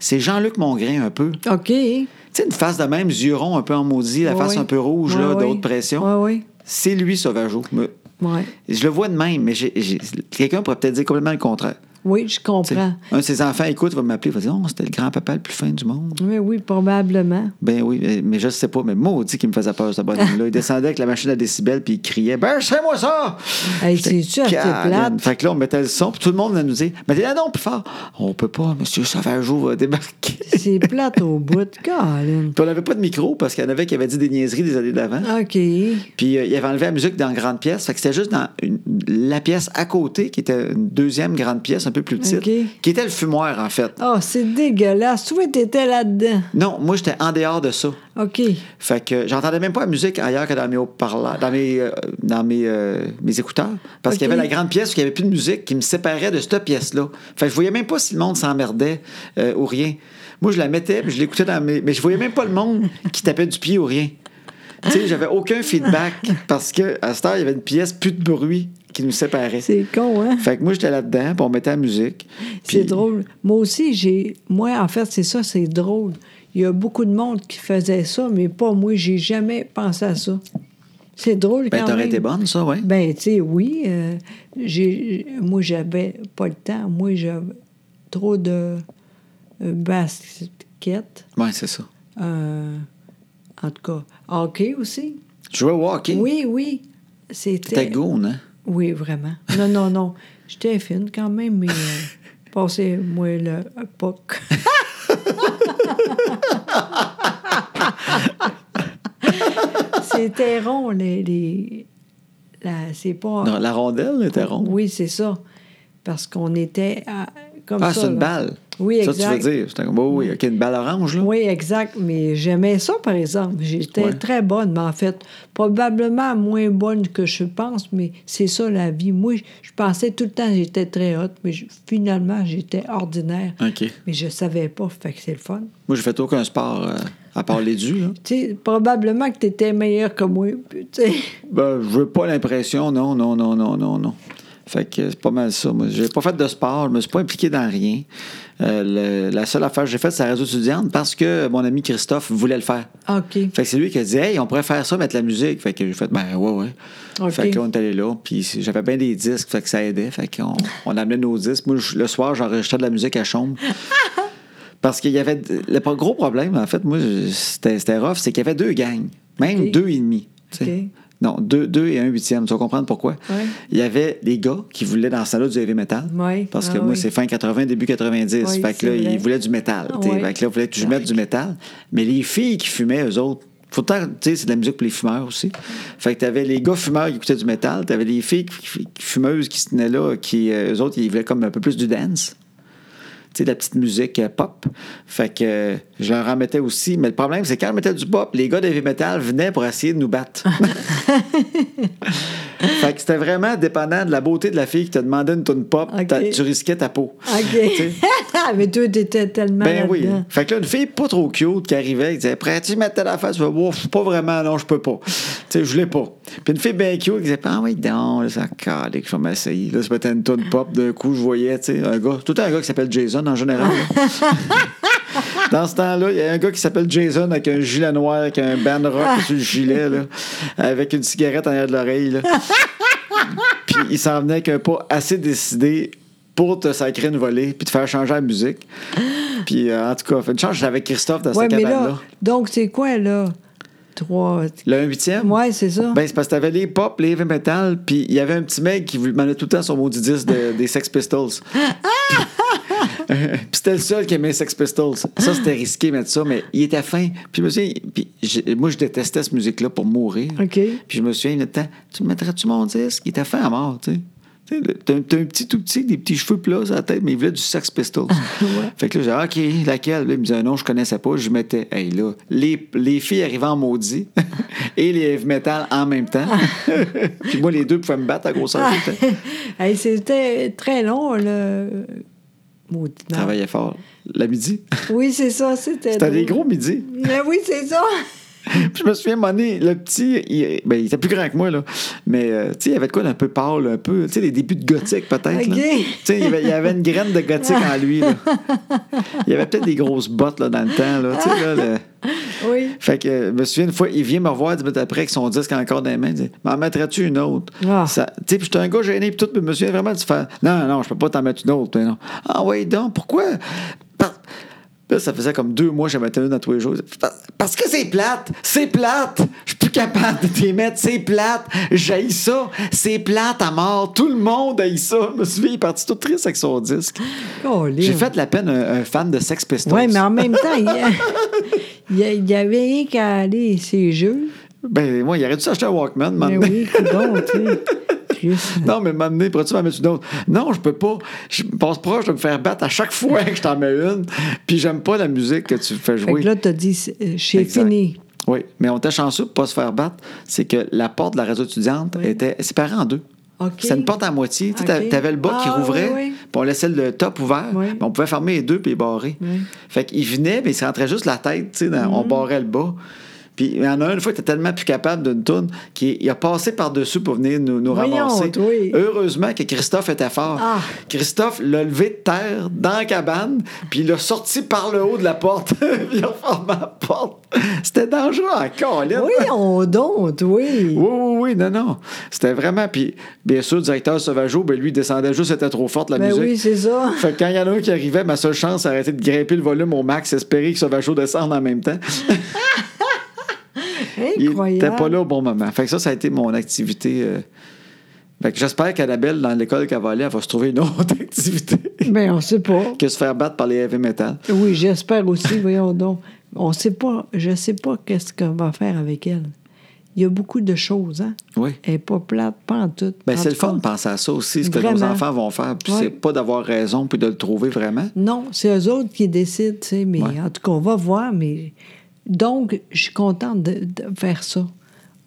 Speaker 2: c'est Jean-Luc Mongrain un peu. Tu
Speaker 1: OK.
Speaker 2: sais, une face de même, yeux ronds, un peu en maudit, la
Speaker 1: Ouais,
Speaker 2: face
Speaker 1: ouais.
Speaker 2: un peu rouge,
Speaker 1: Ouais,
Speaker 2: là, de
Speaker 1: ouais.
Speaker 2: haute pression.
Speaker 1: Ouais,
Speaker 2: C'est lui, Sauvageau. Me-
Speaker 1: oui. Ouais.
Speaker 2: Je le vois de même, mais j'ai- j'ai- quelqu'un pourrait peut-être dire complètement le contraire.
Speaker 1: Oui, je
Speaker 2: Tu sais,
Speaker 1: comprends.
Speaker 2: Un de ses enfants écoute, va m'appeler, va dire Oh, c'était le grand-papa le plus fin du monde.
Speaker 1: Oui, oui, probablement.
Speaker 2: Ben oui, mais- mais je sais pas, mais maudit qu'il me faisait peur, ce bonhomme-là. Il descendait avec la machine à décibels, puis il criait Ben, chez moi ça
Speaker 1: Hey,
Speaker 2: J'étais
Speaker 1: c'est-tu assez
Speaker 2: câline.
Speaker 1: plate?
Speaker 2: Fait que là, on mettait le son, puis tout le monde venait nous dire Mettez la non plus fort. On peut pas, monsieur Sauvageau va débarquer. (laughs) puis
Speaker 1: C'est plate au bout (laughs) de Colin.
Speaker 2: on n'avait pas de micro, parce qu'il y en avait qui avaient dit des niaiseries des années d'avant.
Speaker 1: OK.
Speaker 2: Puis euh, il avait enlevé la musique dans la grande pièce. Fait que c'était juste dans une- la pièce à côté, qui était une deuxième grande pièce, un peu plus petite,
Speaker 1: Ok.
Speaker 2: qui était le fumoir, en fait.
Speaker 1: Ah, c'est dégueulasse. Toi, t'étais là-dedans.
Speaker 2: Non, moi, j'étais en dehors de ça.
Speaker 1: OK.
Speaker 2: Fait que euh, j'entendais même pas la musique ailleurs que dans mes haut-parleurs, dans mes, euh, dans mes, euh, mes écouteurs. Parce qu'il y
Speaker 1: Ok.
Speaker 2: avait la grande pièce où il n'y avait plus de musique qui me séparait de cette pièce-là. Fait que je voyais même pas si le monde s'emmerdait euh, ou rien. Moi, je la mettais, puis je l'écoutais dans mes. Mais je voyais même pas le monde qui tapait du pied ou rien. Tu sais, j'avais aucun feedback parce que à cette heure, il y avait une pièce, plus de bruit qui nous séparait.
Speaker 1: C'est con, hein?
Speaker 2: Fait que moi, j'étais là-dedans, puis on mettait la musique.
Speaker 1: C'est
Speaker 2: Puis-
Speaker 1: drôle. Moi aussi, j'ai. Moi, en fait, c'est ça, c'est drôle. Il y a beaucoup de monde qui faisait ça, mais pas moi. J'ai jamais pensé à ça. C'est drôle
Speaker 2: Ben,
Speaker 1: quand
Speaker 2: t'aurais
Speaker 1: même.
Speaker 2: été bonne, ça, ouais.
Speaker 1: Ben, tu sais, oui. euh, j'ai- moi, j'avais pas le temps. Moi, j'avais trop de euh, basket.
Speaker 2: Ouais, c'est ça.
Speaker 1: euh, en tout cas, hockey aussi.
Speaker 2: Tu jouais au hockey.
Speaker 1: Oui, oui.
Speaker 2: T'étais
Speaker 1: C'était.
Speaker 2: goon, hein?
Speaker 1: Oui, vraiment. Non, non, non. J'étais fine quand même, mais
Speaker 2: (laughs)
Speaker 1: euh, passez-moi le puck. C'était rond, les. les la- c'est pas.
Speaker 2: Non, la rondelle était ronde.
Speaker 1: Oui, c'est ça. Parce qu'on était à- comme
Speaker 2: Ah,
Speaker 1: ça.
Speaker 2: c'est une
Speaker 1: là.
Speaker 2: balle.
Speaker 1: Oui,
Speaker 2: ça,
Speaker 1: exact.
Speaker 2: tu veux dire. C'était comme, oh, oui, OK, une balle orange, là.
Speaker 1: Oui, exact. Mais j'aimais ça, par exemple. J'étais
Speaker 2: Ouais.
Speaker 1: très bonne, mais en fait, probablement moins bonne que je pense, mais c'est ça la vie. Moi, je- je pensais tout le temps que j'étais très haute, mais je- finalement, j'étais ordinaire.
Speaker 2: OK.
Speaker 1: Mais je savais pas, fait que c'est le fun.
Speaker 2: Moi, j'ai fait aucun sport, euh, à part les dus, là.
Speaker 1: Tu sais, probablement que tu étais meilleur que moi. (laughs) puis tu sais.
Speaker 2: Ben, je veux pas l'impression, non, non, non, non, non, non. Fait que c'est pas mal ça. Moi, j'ai pas fait de sport, je me suis pas impliqué dans rien. Euh, le- la seule affaire que j'ai faite, c'est la radio étudiante parce que mon ami Christophe voulait le faire.
Speaker 1: OK.
Speaker 2: Fait que c'est lui qui a dit, hey, on pourrait faire ça, mettre la musique. Fait que j'ai fait, ben ouais, ouais.
Speaker 1: OK.
Speaker 2: Fait que là, on est allé là, puis j'avais bien des disques, fait que ça aidait. Fait qu'on on amenait nos disques. Moi, je- le soir, j'enregistrais de la musique à
Speaker 1: (laughs)
Speaker 2: chambre. Parce qu'il y avait. Le pro- gros problème, en fait, moi, je- c'était c'était rough, c'est qu'il y avait deux gangs, même
Speaker 1: OK.
Speaker 2: deux et demi. tu sais.
Speaker 1: OK.
Speaker 2: Non, deux, deux et un huitième. Tu vas comprendre pourquoi.
Speaker 1: Ouais.
Speaker 2: Il y avait des gars qui voulaient dans ce là du heavy metal.
Speaker 1: Ouais.
Speaker 2: Parce que
Speaker 1: Ah
Speaker 2: moi,
Speaker 1: oui.
Speaker 2: c'est fin 80, début 90.
Speaker 1: Oui,
Speaker 2: fait que
Speaker 1: c'est
Speaker 2: là,
Speaker 1: vrai.
Speaker 2: ils voulaient du métal. tu sais. Fait
Speaker 1: Ouais.
Speaker 2: que là, il voulait que je mette du métal. Mais les filles qui fumaient, eux autres, faut tant, tu sais, c'est de la musique pour les fumeurs aussi. Fait que t'avais les gars fumeurs qui écoutaient du métal, t'avais les filles qui- qui- fumeuses qui se tenaient là, qui, euh, eux autres, ils voulaient comme un peu plus du dance. sais, de la petite musique euh, pop. Fait que euh, je leur en mettais aussi. Mais le problème, c'est quand on mettait du pop, les gars de heavy metal venaient pour essayer de nous
Speaker 1: (laughs)
Speaker 2: battre. fait que c'était vraiment dépendant de la beauté de la fille qui te demandait une tonne pop,
Speaker 1: OK.
Speaker 2: t'as- tu risquais ta peau. (laughs) Tu sais.
Speaker 1: OK. (laughs) Mais toi, t'étais tellement.
Speaker 2: Ben oui.
Speaker 1: là-dedans.
Speaker 2: Fait que là, une fille pas trop cute qui arrivait, qui disait Prends-tu mettre telle affaire? Tu fais Ouf, pas vraiment, non, je peux pas. tu sais, je l'ai pas. Puis une fille bien cute qui disait Ah oui, donc, là, ça calé que je vais m'essayer. Là, c'était une tonne pop. D'un coup, je voyais, tu sais, un gars, tout le temps un gars qui s'appelle Jason en général. là. Dans ce temps-là, il y a un gars qui s'appelle Jason avec un gilet noir, avec un band rock sur le gilet, là, avec une cigarette en arrière de l'oreille. là. Puis il s'en venait avec un pas assez décidé pour te sacrer une volée puis te faire changer la musique. Puis euh, en tout cas, fait une chance, j'étais avec Christophe dans
Speaker 1: Ouais,
Speaker 2: cette
Speaker 1: mais là,
Speaker 2: cabane-là.
Speaker 1: donc c'est quoi, là? Trois.
Speaker 2: Le 1/8e?
Speaker 1: Ouais, c'est ça.
Speaker 2: Ben, c'est parce que t'avais les pop, les heavy metal, puis il y avait un petit mec qui voulait demandait tout le temps son maudit disque de- des Sex Pistols. puis c'était le seul qui aimait les Sex Pistols. Ça,
Speaker 1: Ah!
Speaker 2: c'était risqué, mettre ça, mais il était fin. Puis, je me souviens, puis j'ai- moi, je détestais cette musique-là pour mourir.
Speaker 1: OK.
Speaker 2: Puis je me souviens, il était Tu me mettrais-tu mon disque Il était fin à mort, tu sais. Tu sais. le- T'as un- t'as un petit tout petit, des petits cheveux plats sur la tête, mais il voulait du Sex Pistols.
Speaker 1: (laughs)
Speaker 2: Fait que là, j'ai dit, OK, laquelle? Là, il me disait, non, je connaissais pas. Je mettais, hey là, les, les filles arrivaient en
Speaker 1: (laughs)
Speaker 2: maudit et les heavy metal en même temps. (laughs) Puis moi, les deux pouvaient me battre à grosseur.
Speaker 1: Ah.
Speaker 2: du temps.
Speaker 1: (laughs) Hey, c'était très long, là. Maudit
Speaker 2: Je
Speaker 1: merde.
Speaker 2: travaillais fort. La midi.
Speaker 1: Oui, c'est ça, c'était.
Speaker 2: C'était des
Speaker 1: drôle.
Speaker 2: gros midis.
Speaker 1: Mais oui,
Speaker 2: (laughs)
Speaker 1: c'est ça.
Speaker 2: Puis je me souviens, Monet, le petit, il, ben, il était plus grand que moi, là. Mais, euh, tu sais, il avait de quoi d'un peu pâle, un peu, tu sais, des débuts de gothique, peut-être. là.
Speaker 1: OK.
Speaker 2: Tu sais, il, y avait- il y avait une graine de gothique en lui, là. Il y avait peut-être des grosses bottes, là, dans le temps, là. Tu sais, là, le-
Speaker 1: Oui.
Speaker 2: Fait que, euh, je me souviens, une fois, il vient me revoir 10 minutes après avec son disque encore dans les mains. Il dit M'en mettrais-tu une autre
Speaker 1: Ah.
Speaker 2: Ça- Tu sais, puis j'étais un gars gêné, puis tout, mais je me souviens vraiment du faire Non, non, je peux pas t'en mettre une autre. Mais non. Ah, oui, donc, pourquoi Par- Là, ça faisait comme deux mois que j'en mettais une à tous les jours. Par- Parce que c'est plate, c'est plate. Je suis plus capable de t'y mettre, c'est plate. J'haïs ça, c'est plate à mort. Tout le monde haït ça. Je me souviens, il est parti tout triste avec son disque. J'ai fait de la peine à un, un fan de Sex Pistols.
Speaker 1: Oui,
Speaker 2: (laughs)
Speaker 1: mais en même temps, il il y, a- il y avait rien qu'à aller, ces jeux.
Speaker 2: Ben, moi, il aurait dû s'acheter un Walkman,
Speaker 1: Mais
Speaker 2: maintenant.
Speaker 1: oui, coudonc, tu sais. Christ.
Speaker 2: (laughs) Non, mais m'amener, pourrais-tu m'en mettre une autre? Non, je peux pas. Je passe proche de me faire battre à chaque fois (laughs) que je t'en mets une. Puis j'aime pas la musique que tu fais
Speaker 1: Fait
Speaker 2: jouer.
Speaker 1: que là, t'as dit, c'est- euh, c'est
Speaker 2: Exact.
Speaker 1: fini.
Speaker 2: Oui, mais on était chanceux pour pas se faire battre. C'est que la porte de la radio étudiante
Speaker 1: Oui.
Speaker 2: était séparée en deux.
Speaker 1: OK.
Speaker 2: C'est une porte à moitié. Tu
Speaker 1: OK.
Speaker 2: avais le bas qui
Speaker 1: Ah,
Speaker 2: rouvrait,
Speaker 1: oui, oui.
Speaker 2: puis on laissait le top ouvert.
Speaker 1: Oui.
Speaker 2: mais on pouvait fermer les deux puis les barrer.
Speaker 1: Oui. Mm.
Speaker 2: Fait qu'il venait, mais il se rentrait juste la tête. tu sais, dans- On barrait le bas. Puis il y en a un, une fois, il était tellement plus capable d'une toune qu'il a passé par-dessus pour venir nous, nous
Speaker 1: Voyons,
Speaker 2: ramasser.
Speaker 1: toi.
Speaker 2: Heureusement que Christophe était fort.
Speaker 1: Ah.
Speaker 2: Christophe l'a levé de terre dans la cabane, puis il l'a sorti par le haut de la porte. (laughs) puis il a refermé la porte. C'était dangereux encore, là.
Speaker 1: Oui, on donne, oui.
Speaker 2: Oui, oui, oui, non, non. C'était vraiment. Puis, bien sûr, le directeur Sauvageau, ben, lui, il descendait juste, c'était trop forte la
Speaker 1: Ben
Speaker 2: musique.
Speaker 1: oui, c'est ça.
Speaker 2: Fait que quand il y en a un qui arrivait, ma seule chance, c'est arrêter de grimper le volume au max, espérer que Sauvageau descende en même temps. Il
Speaker 1: Incroyable.
Speaker 2: n'était pas là au bon moment. Fait que ça, ça a été mon activité. euh. Fait que j'espère qu'Annabelle, dans l'école qu'elle va aller, elle va se trouver une autre (laughs) activité
Speaker 1: Ben, on sait pas.
Speaker 2: que se faire battre par les heavy metal.
Speaker 1: Oui, j'espère aussi, voyons donc. On sait pas, je sais pas qu'est-ce qu'on va faire avec elle. Il y a beaucoup de choses, hein?
Speaker 2: Oui.
Speaker 1: Elle n'est pas plate, pas en tout.
Speaker 2: Ben,
Speaker 1: En
Speaker 2: c'est le
Speaker 1: tout
Speaker 2: fun
Speaker 1: cas,
Speaker 2: de penser à ça aussi, ce que nos
Speaker 1: Vraiment.
Speaker 2: enfants vont faire. Puis
Speaker 1: Ouais.
Speaker 2: c'est pas d'avoir raison puis de le trouver vraiment.
Speaker 1: Non, c'est eux autres qui décident, tu sais, mais
Speaker 2: Ouais.
Speaker 1: en tout cas, on va voir, mais... Donc, je suis contente de, de faire ça.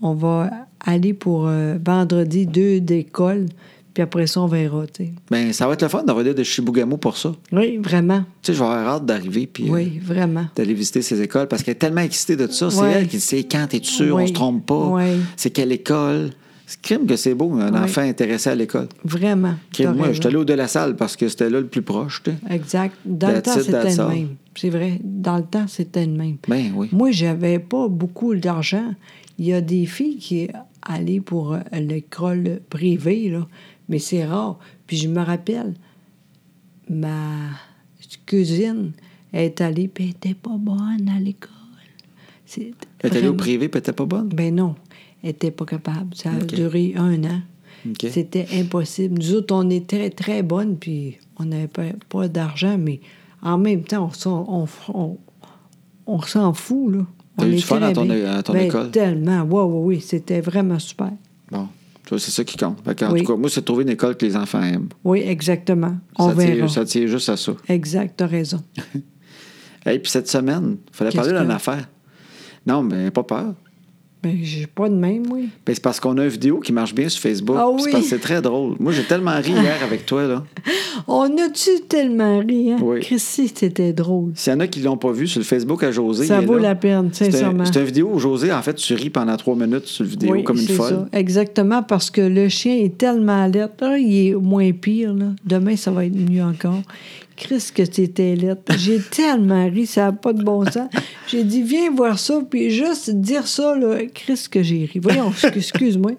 Speaker 1: On va aller pour euh, vendredi, deux d'école, puis après ça, on verra, tu sais.
Speaker 2: Ben, ça va être le fun de revenir de Chibougamau pour ça.
Speaker 1: Oui, vraiment.
Speaker 2: Tu sais, je vais avoir hâte d'arriver puis euh,
Speaker 1: Oui, vraiment.
Speaker 2: d'aller visiter ces écoles parce qu'elle est tellement excitée de tout ça. C'est
Speaker 1: Ouais.
Speaker 2: elle qui sait quand t'es sûr,
Speaker 1: Oui.
Speaker 2: on se trompe pas.
Speaker 1: Oui.
Speaker 2: C'est quelle école. C'est crime que c'est beau, un
Speaker 1: Oui.
Speaker 2: enfant intéressé à l'école.
Speaker 1: Vraiment.
Speaker 2: Crime,
Speaker 1: T'as
Speaker 2: moi,
Speaker 1: raison.
Speaker 2: je suis allé au de la salle parce que c'était là le plus proche. tu sais.
Speaker 1: Exact. Dans le
Speaker 2: That's
Speaker 1: temps,
Speaker 2: it,
Speaker 1: c'était
Speaker 2: that's
Speaker 1: le
Speaker 2: all.
Speaker 1: même. C'est vrai. Dans le temps, c'était le même.
Speaker 2: Ben oui.
Speaker 1: Moi, j'avais pas beaucoup d'argent. Il y a des filles qui allaient pour euh, l'école privée, là, mais c'est rare. Puis je me rappelle, ma cousine est allée, puis elle était pas bonne à l'école. C'est
Speaker 2: Elle est allée au
Speaker 1: vraiment-
Speaker 2: privé, peut-être pas bonne.
Speaker 1: ben non, elle n'était pas capable. Ça a
Speaker 2: Ok.
Speaker 1: duré un an.
Speaker 2: Ok.
Speaker 1: C'était impossible. Nous autres, on était très, très bonnes, puis on n'avait pas, pas d'argent, mais en même temps, on s'en, on, on- on s'en fout, là.
Speaker 2: T'as
Speaker 1: On
Speaker 2: eu du
Speaker 1: était
Speaker 2: fun à ton-
Speaker 1: bien.
Speaker 2: à ton
Speaker 1: Ben,
Speaker 2: école?
Speaker 1: tellement. Oui, oui, oui. C'était vraiment super.
Speaker 2: Bon. Ça, C'est ça qui compte. Fait qu'en
Speaker 1: Oui.
Speaker 2: tout cas, moi, c'est de trouver une école que les enfants aiment.
Speaker 1: Oui, exactement. On
Speaker 2: ça,
Speaker 1: verra.
Speaker 2: tient, ça tient juste à ça.
Speaker 1: Exact, t'as raison.
Speaker 2: Et puis cette semaine, il fallait
Speaker 1: Qu'est-ce
Speaker 2: parler d'une
Speaker 1: que-
Speaker 2: affaire. Non, mais pas peur.
Speaker 1: Mais Ben, j'ai pas de même,
Speaker 2: (laughs)
Speaker 1: oui.
Speaker 2: Mais c'est parce qu'on a une vidéo qui marche bien sur Facebook.
Speaker 1: Ah
Speaker 2: puis c'est
Speaker 1: oui.
Speaker 2: parce que C'est très drôle. Moi, j'ai tellement ri hier avec toi. Là.
Speaker 1: On a-tu tellement ri, hein?
Speaker 2: Oui.
Speaker 1: Christy, c'était drôle.
Speaker 2: S'il y en a qui ne l'ont pas vu sur le Facebook à José,
Speaker 1: Ça
Speaker 2: il est
Speaker 1: vaut
Speaker 2: là.
Speaker 1: la peine,
Speaker 2: C'est un-
Speaker 1: sincèrement.
Speaker 2: C'est une vidéo où José, en fait, tu ris pendant trois minutes sur le vidéo
Speaker 1: Oui,
Speaker 2: comme une
Speaker 1: c'est
Speaker 2: folle.
Speaker 1: ça. Exactement, parce que le chien est tellement lettre. Ah, il est moins pire, là. Demain, ça va être mieux encore. Chris, que c'était lettre.
Speaker 2: (laughs)
Speaker 1: J'ai tellement ri, ça n'a pas de bon sens. J'ai dit, viens voir ça, puis juste dire ça, là. Chris, que j'ai ri.
Speaker 2: (laughs)
Speaker 1: Voyons, excu- excuse-moi.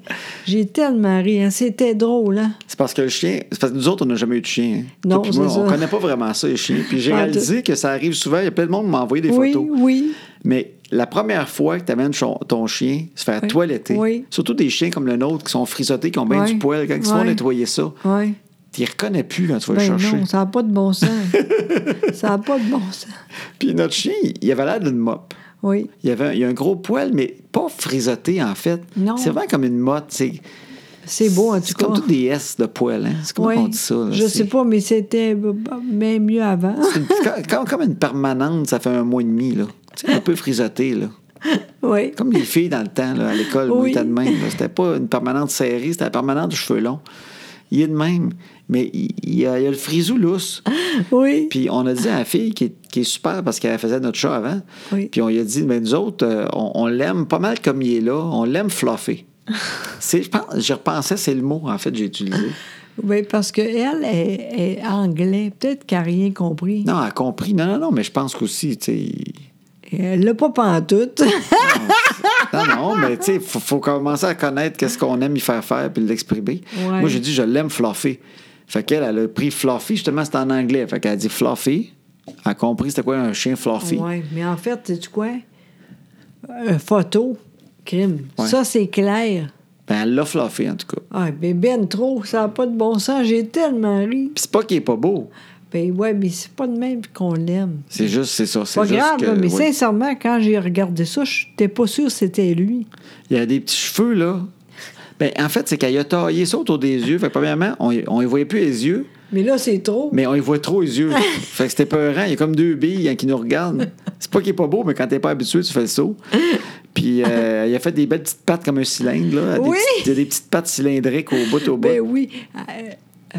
Speaker 1: J'ai tellement ri, hein. C'était drôle, hein.
Speaker 2: C'est parce que le chien. C'est parce que nous autres, on n'a jamais eu de chien. hein.
Speaker 1: Non,
Speaker 2: Toi puis moi,
Speaker 1: c'est
Speaker 2: on
Speaker 1: ça.
Speaker 2: connaît pas vraiment ça, les chiens. Puis j'ai
Speaker 1: Pas
Speaker 2: réalisé que ça arrive souvent. Il y a plein de monde qui m'a envoyé des
Speaker 1: Oui,
Speaker 2: photos.
Speaker 1: oui.
Speaker 2: Mais la première fois que tu amènes ton chien se faire
Speaker 1: Oui.
Speaker 2: toiletter,
Speaker 1: Oui.
Speaker 2: surtout des chiens comme le nôtre qui sont frisottés, qui ont bien
Speaker 1: Oui.
Speaker 2: du poil, quand ils se font
Speaker 1: Oui.
Speaker 2: nettoyer ça,
Speaker 1: Oui.
Speaker 2: tu les reconnais plus quand tu vas
Speaker 1: Ben
Speaker 2: le chercher.
Speaker 1: non, ça n'a pas de bon sens.
Speaker 2: (laughs)
Speaker 1: ça n'a pas de bon sens.
Speaker 2: Puis notre chien, il avait l'air d'une mop.
Speaker 1: Oui.
Speaker 2: Il y avait un, il y a un gros poil, mais pas frisotté, en fait.
Speaker 1: Non.
Speaker 2: C'est vraiment comme une motte. C'est
Speaker 1: C'est beau, en tout
Speaker 2: c'est
Speaker 1: cas.
Speaker 2: comme tous des S de poil. Hein? C'est comment
Speaker 1: Oui.
Speaker 2: on dit ça? là?
Speaker 1: Je
Speaker 2: C'est-
Speaker 1: sais pas, mais c'était b- b- bien mieux avant.
Speaker 2: c'est une petite- comme, comme une permanente, ça fait un mois et demi. Là. Tu sais, un peu frisotté. Là.
Speaker 1: oui.
Speaker 2: Comme les filles dans le temps, là, à l'école, moi,
Speaker 1: Oui.
Speaker 2: il était de même. là. C'était pas une permanente serrée, c'était la permanente de cheveux longs. Il est de même, mais il, il y a, il y a le frisou lousse.
Speaker 1: Oui.
Speaker 2: Puis on a dit à la fille qui est, qui est super parce qu'elle faisait notre chat avant.
Speaker 1: Oui.
Speaker 2: Puis on lui a dit, mais nous autres, euh, on, on l'aime pas mal comme il est là, on l'aime fluffé. C'est, je pense, j'y repensais, c'est le mot en fait que j'ai utilisé.
Speaker 1: Oui, parce qu'elle est, est anglais. Peut-être qu'elle n'a rien compris.
Speaker 2: Non, elle a compris. Non, non, non, mais je pense qu'aussi, tu sais. il-
Speaker 1: Elle l'a
Speaker 2: (laughs)
Speaker 1: pas pantoute. Ah
Speaker 2: Non, non, mais tu sais, faut, faut commencer à connaître qu'est-ce qu'on aime y faire faire puis l'exprimer.
Speaker 1: Ouais.
Speaker 2: Moi, j'ai dit, je l'aime fluffy. Fait qu'elle, elle a pris fluffy, justement, c'était en anglais. Fait qu'elle a dit fluffy. Elle a compris c'était quoi un chien fluffy.
Speaker 1: oui, mais en fait, sais-tu quoi? Euh, photo, crime.
Speaker 2: Ouais.
Speaker 1: Ça, c'est clair.
Speaker 2: Ben, elle l'a fluffy, en tout cas.
Speaker 1: Ah, ben, ben trop, ça n'a pas de bon sens. J'ai tellement ri.
Speaker 2: Puis c'est pas qu'il est pas beau.
Speaker 1: Ben ouais, mais c'est pas de même qu'on l'aime.
Speaker 2: C'est juste, c'est ça. C'est
Speaker 1: Pas
Speaker 2: juste
Speaker 1: grave,
Speaker 2: que,
Speaker 1: là, mais
Speaker 2: oui.
Speaker 1: sincèrement, quand j'ai regardé ça, j'étais pas sûre que c'était lui.
Speaker 2: Il y a des petits cheveux, là. Ben, en fait, c'est qu'elle a taillé ça autour des yeux. Fait que, premièrement, on, y- on y voyait plus les yeux,
Speaker 1: Mais là, c'est trop.
Speaker 2: mais on y voit trop
Speaker 1: (laughs)
Speaker 2: les yeux. fait que c'était peurant. Il y a comme deux billes hein, qui nous regardent. C'est pas qu'il est pas beau, mais quand t'es pas habitué, tu fais le saut. Puis,
Speaker 1: (laughs)
Speaker 2: euh, il a fait des belles petites pattes comme un cylindre, là. Des
Speaker 1: Oui!
Speaker 2: petites- il y a des petites pattes cylindriques au bout, au bout.
Speaker 1: Ben oui. Euh, euh,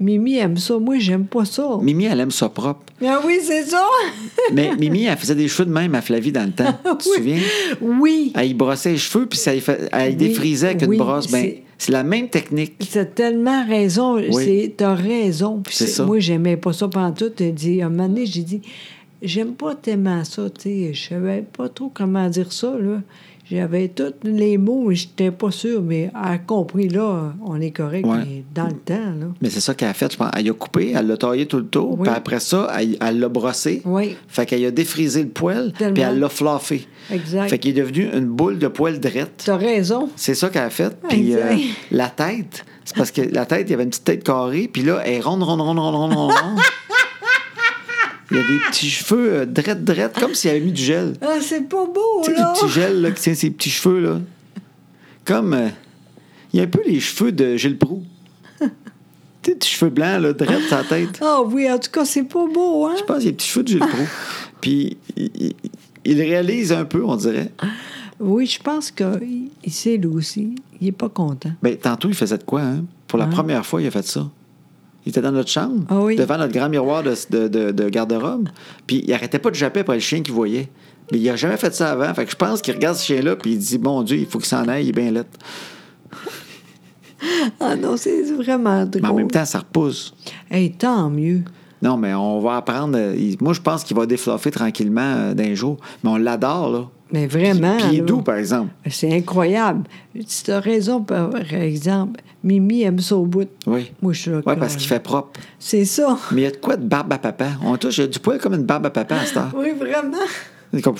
Speaker 1: Mimi aime ça. Moi, j'aime pas ça.
Speaker 2: Mimi, elle aime ça propre.
Speaker 1: Ah oui, c'est ça. (laughs)
Speaker 2: Mais Mimi, elle faisait des cheveux de même à Flavie dans le temps. Tu te
Speaker 1: Oui.
Speaker 2: souviens?
Speaker 1: Oui.
Speaker 2: Elle y brossait les cheveux, puis ça y fait- elle y
Speaker 1: Oui,
Speaker 2: défrisait avec une
Speaker 1: oui,
Speaker 2: brosse. Ben,
Speaker 1: c'est-
Speaker 2: c'est la même technique.
Speaker 1: T'as tellement raison. C'est- T'as raison. Puis
Speaker 2: C'est
Speaker 1: c'est-
Speaker 2: ça.
Speaker 1: Moi, j'aimais pas ça pendant tout. dit, à un moment donné, j'ai dit, j'aime pas tellement ça. tu sais. Je savais pas trop comment dire ça. là. J'avais tous les mots, mais j'étais pas sûre. Mais elle a compris, là, on est correct.
Speaker 2: Ouais.
Speaker 1: mais dans le temps, là.
Speaker 2: Mais c'est ça qu'elle a fait, je pense. Elle a coupé, elle l'a taillé tout le tour,
Speaker 1: Oui.
Speaker 2: puis après ça, elle elle l'a brossé.
Speaker 1: Oui.
Speaker 2: Fait qu'elle a défrisé le poil,
Speaker 1: Tellement.
Speaker 2: puis elle l'a fluffé.
Speaker 1: Exact.
Speaker 2: Fait qu'il est devenu une boule de poil drette.
Speaker 1: T'as raison.
Speaker 2: C'est ça qu'elle a fait. Puis
Speaker 1: Exact.
Speaker 2: euh, la tête, c'est parce que la tête, il y avait une petite tête carrée, puis là, elle est ronde, ronde, ronde, ronde, ronde, ronde, ronde. Il y a des petits cheveux euh, drettes, drettes, comme s'il avait mis du gel.
Speaker 1: Ah, c'est pas beau,
Speaker 2: Tu sais,
Speaker 1: là.
Speaker 2: le petit gel là, qui tient ses petits cheveux, là. Comme. euh, il y a un peu les cheveux de Gilles Proux. tu sais, petits cheveux blancs, là, drettes, sa tête.
Speaker 1: Ah oui, en tout cas, c'est pas beau, hein?
Speaker 2: Je pense qu'il y a des petits cheveux de Gilles Proulx. Puis il, il- il réalise un peu, on dirait.
Speaker 1: Oui, je pense qu'il il sait, lui aussi. Il est pas content.
Speaker 2: Ben, tantôt, il faisait de quoi, hein? Pour la première fois, il a fait ça. Il était dans notre chambre,
Speaker 1: Ah oui.
Speaker 2: devant notre grand miroir de, de- de- de garde-robe. Puis il arrêtait pas de japper après le chien qu'il voyait. Mais il a jamais fait ça avant. Fait que je pense qu'il regarde ce chien-là, puis il dit Mon Dieu, il faut qu'il s'en aille, il est bien laid.
Speaker 1: Ah non, c'est vraiment drôle.
Speaker 2: Mais en même temps, ça repousse.
Speaker 1: Hey, tant mieux.
Speaker 2: Non, mais on va apprendre. euh, il- moi, je pense qu'il va défloffer tranquillement euh, d'un jour. Mais on l'adore, là.
Speaker 1: Mais vraiment.
Speaker 2: Puis il est
Speaker 1: là.
Speaker 2: doux, par exemple.
Speaker 1: C'est incroyable. Tu as raison, par exemple. Mimi aime ça au bout.
Speaker 2: Oui.
Speaker 1: Moi, je suis
Speaker 2: Oui, parce qu'il fait propre.
Speaker 1: C'est ça.
Speaker 2: Mais il y a de quoi de barbe à papa? On touche il y a du poil comme une barbe à papa à cette heure.
Speaker 1: Oui, vraiment.
Speaker 2: Il est comme-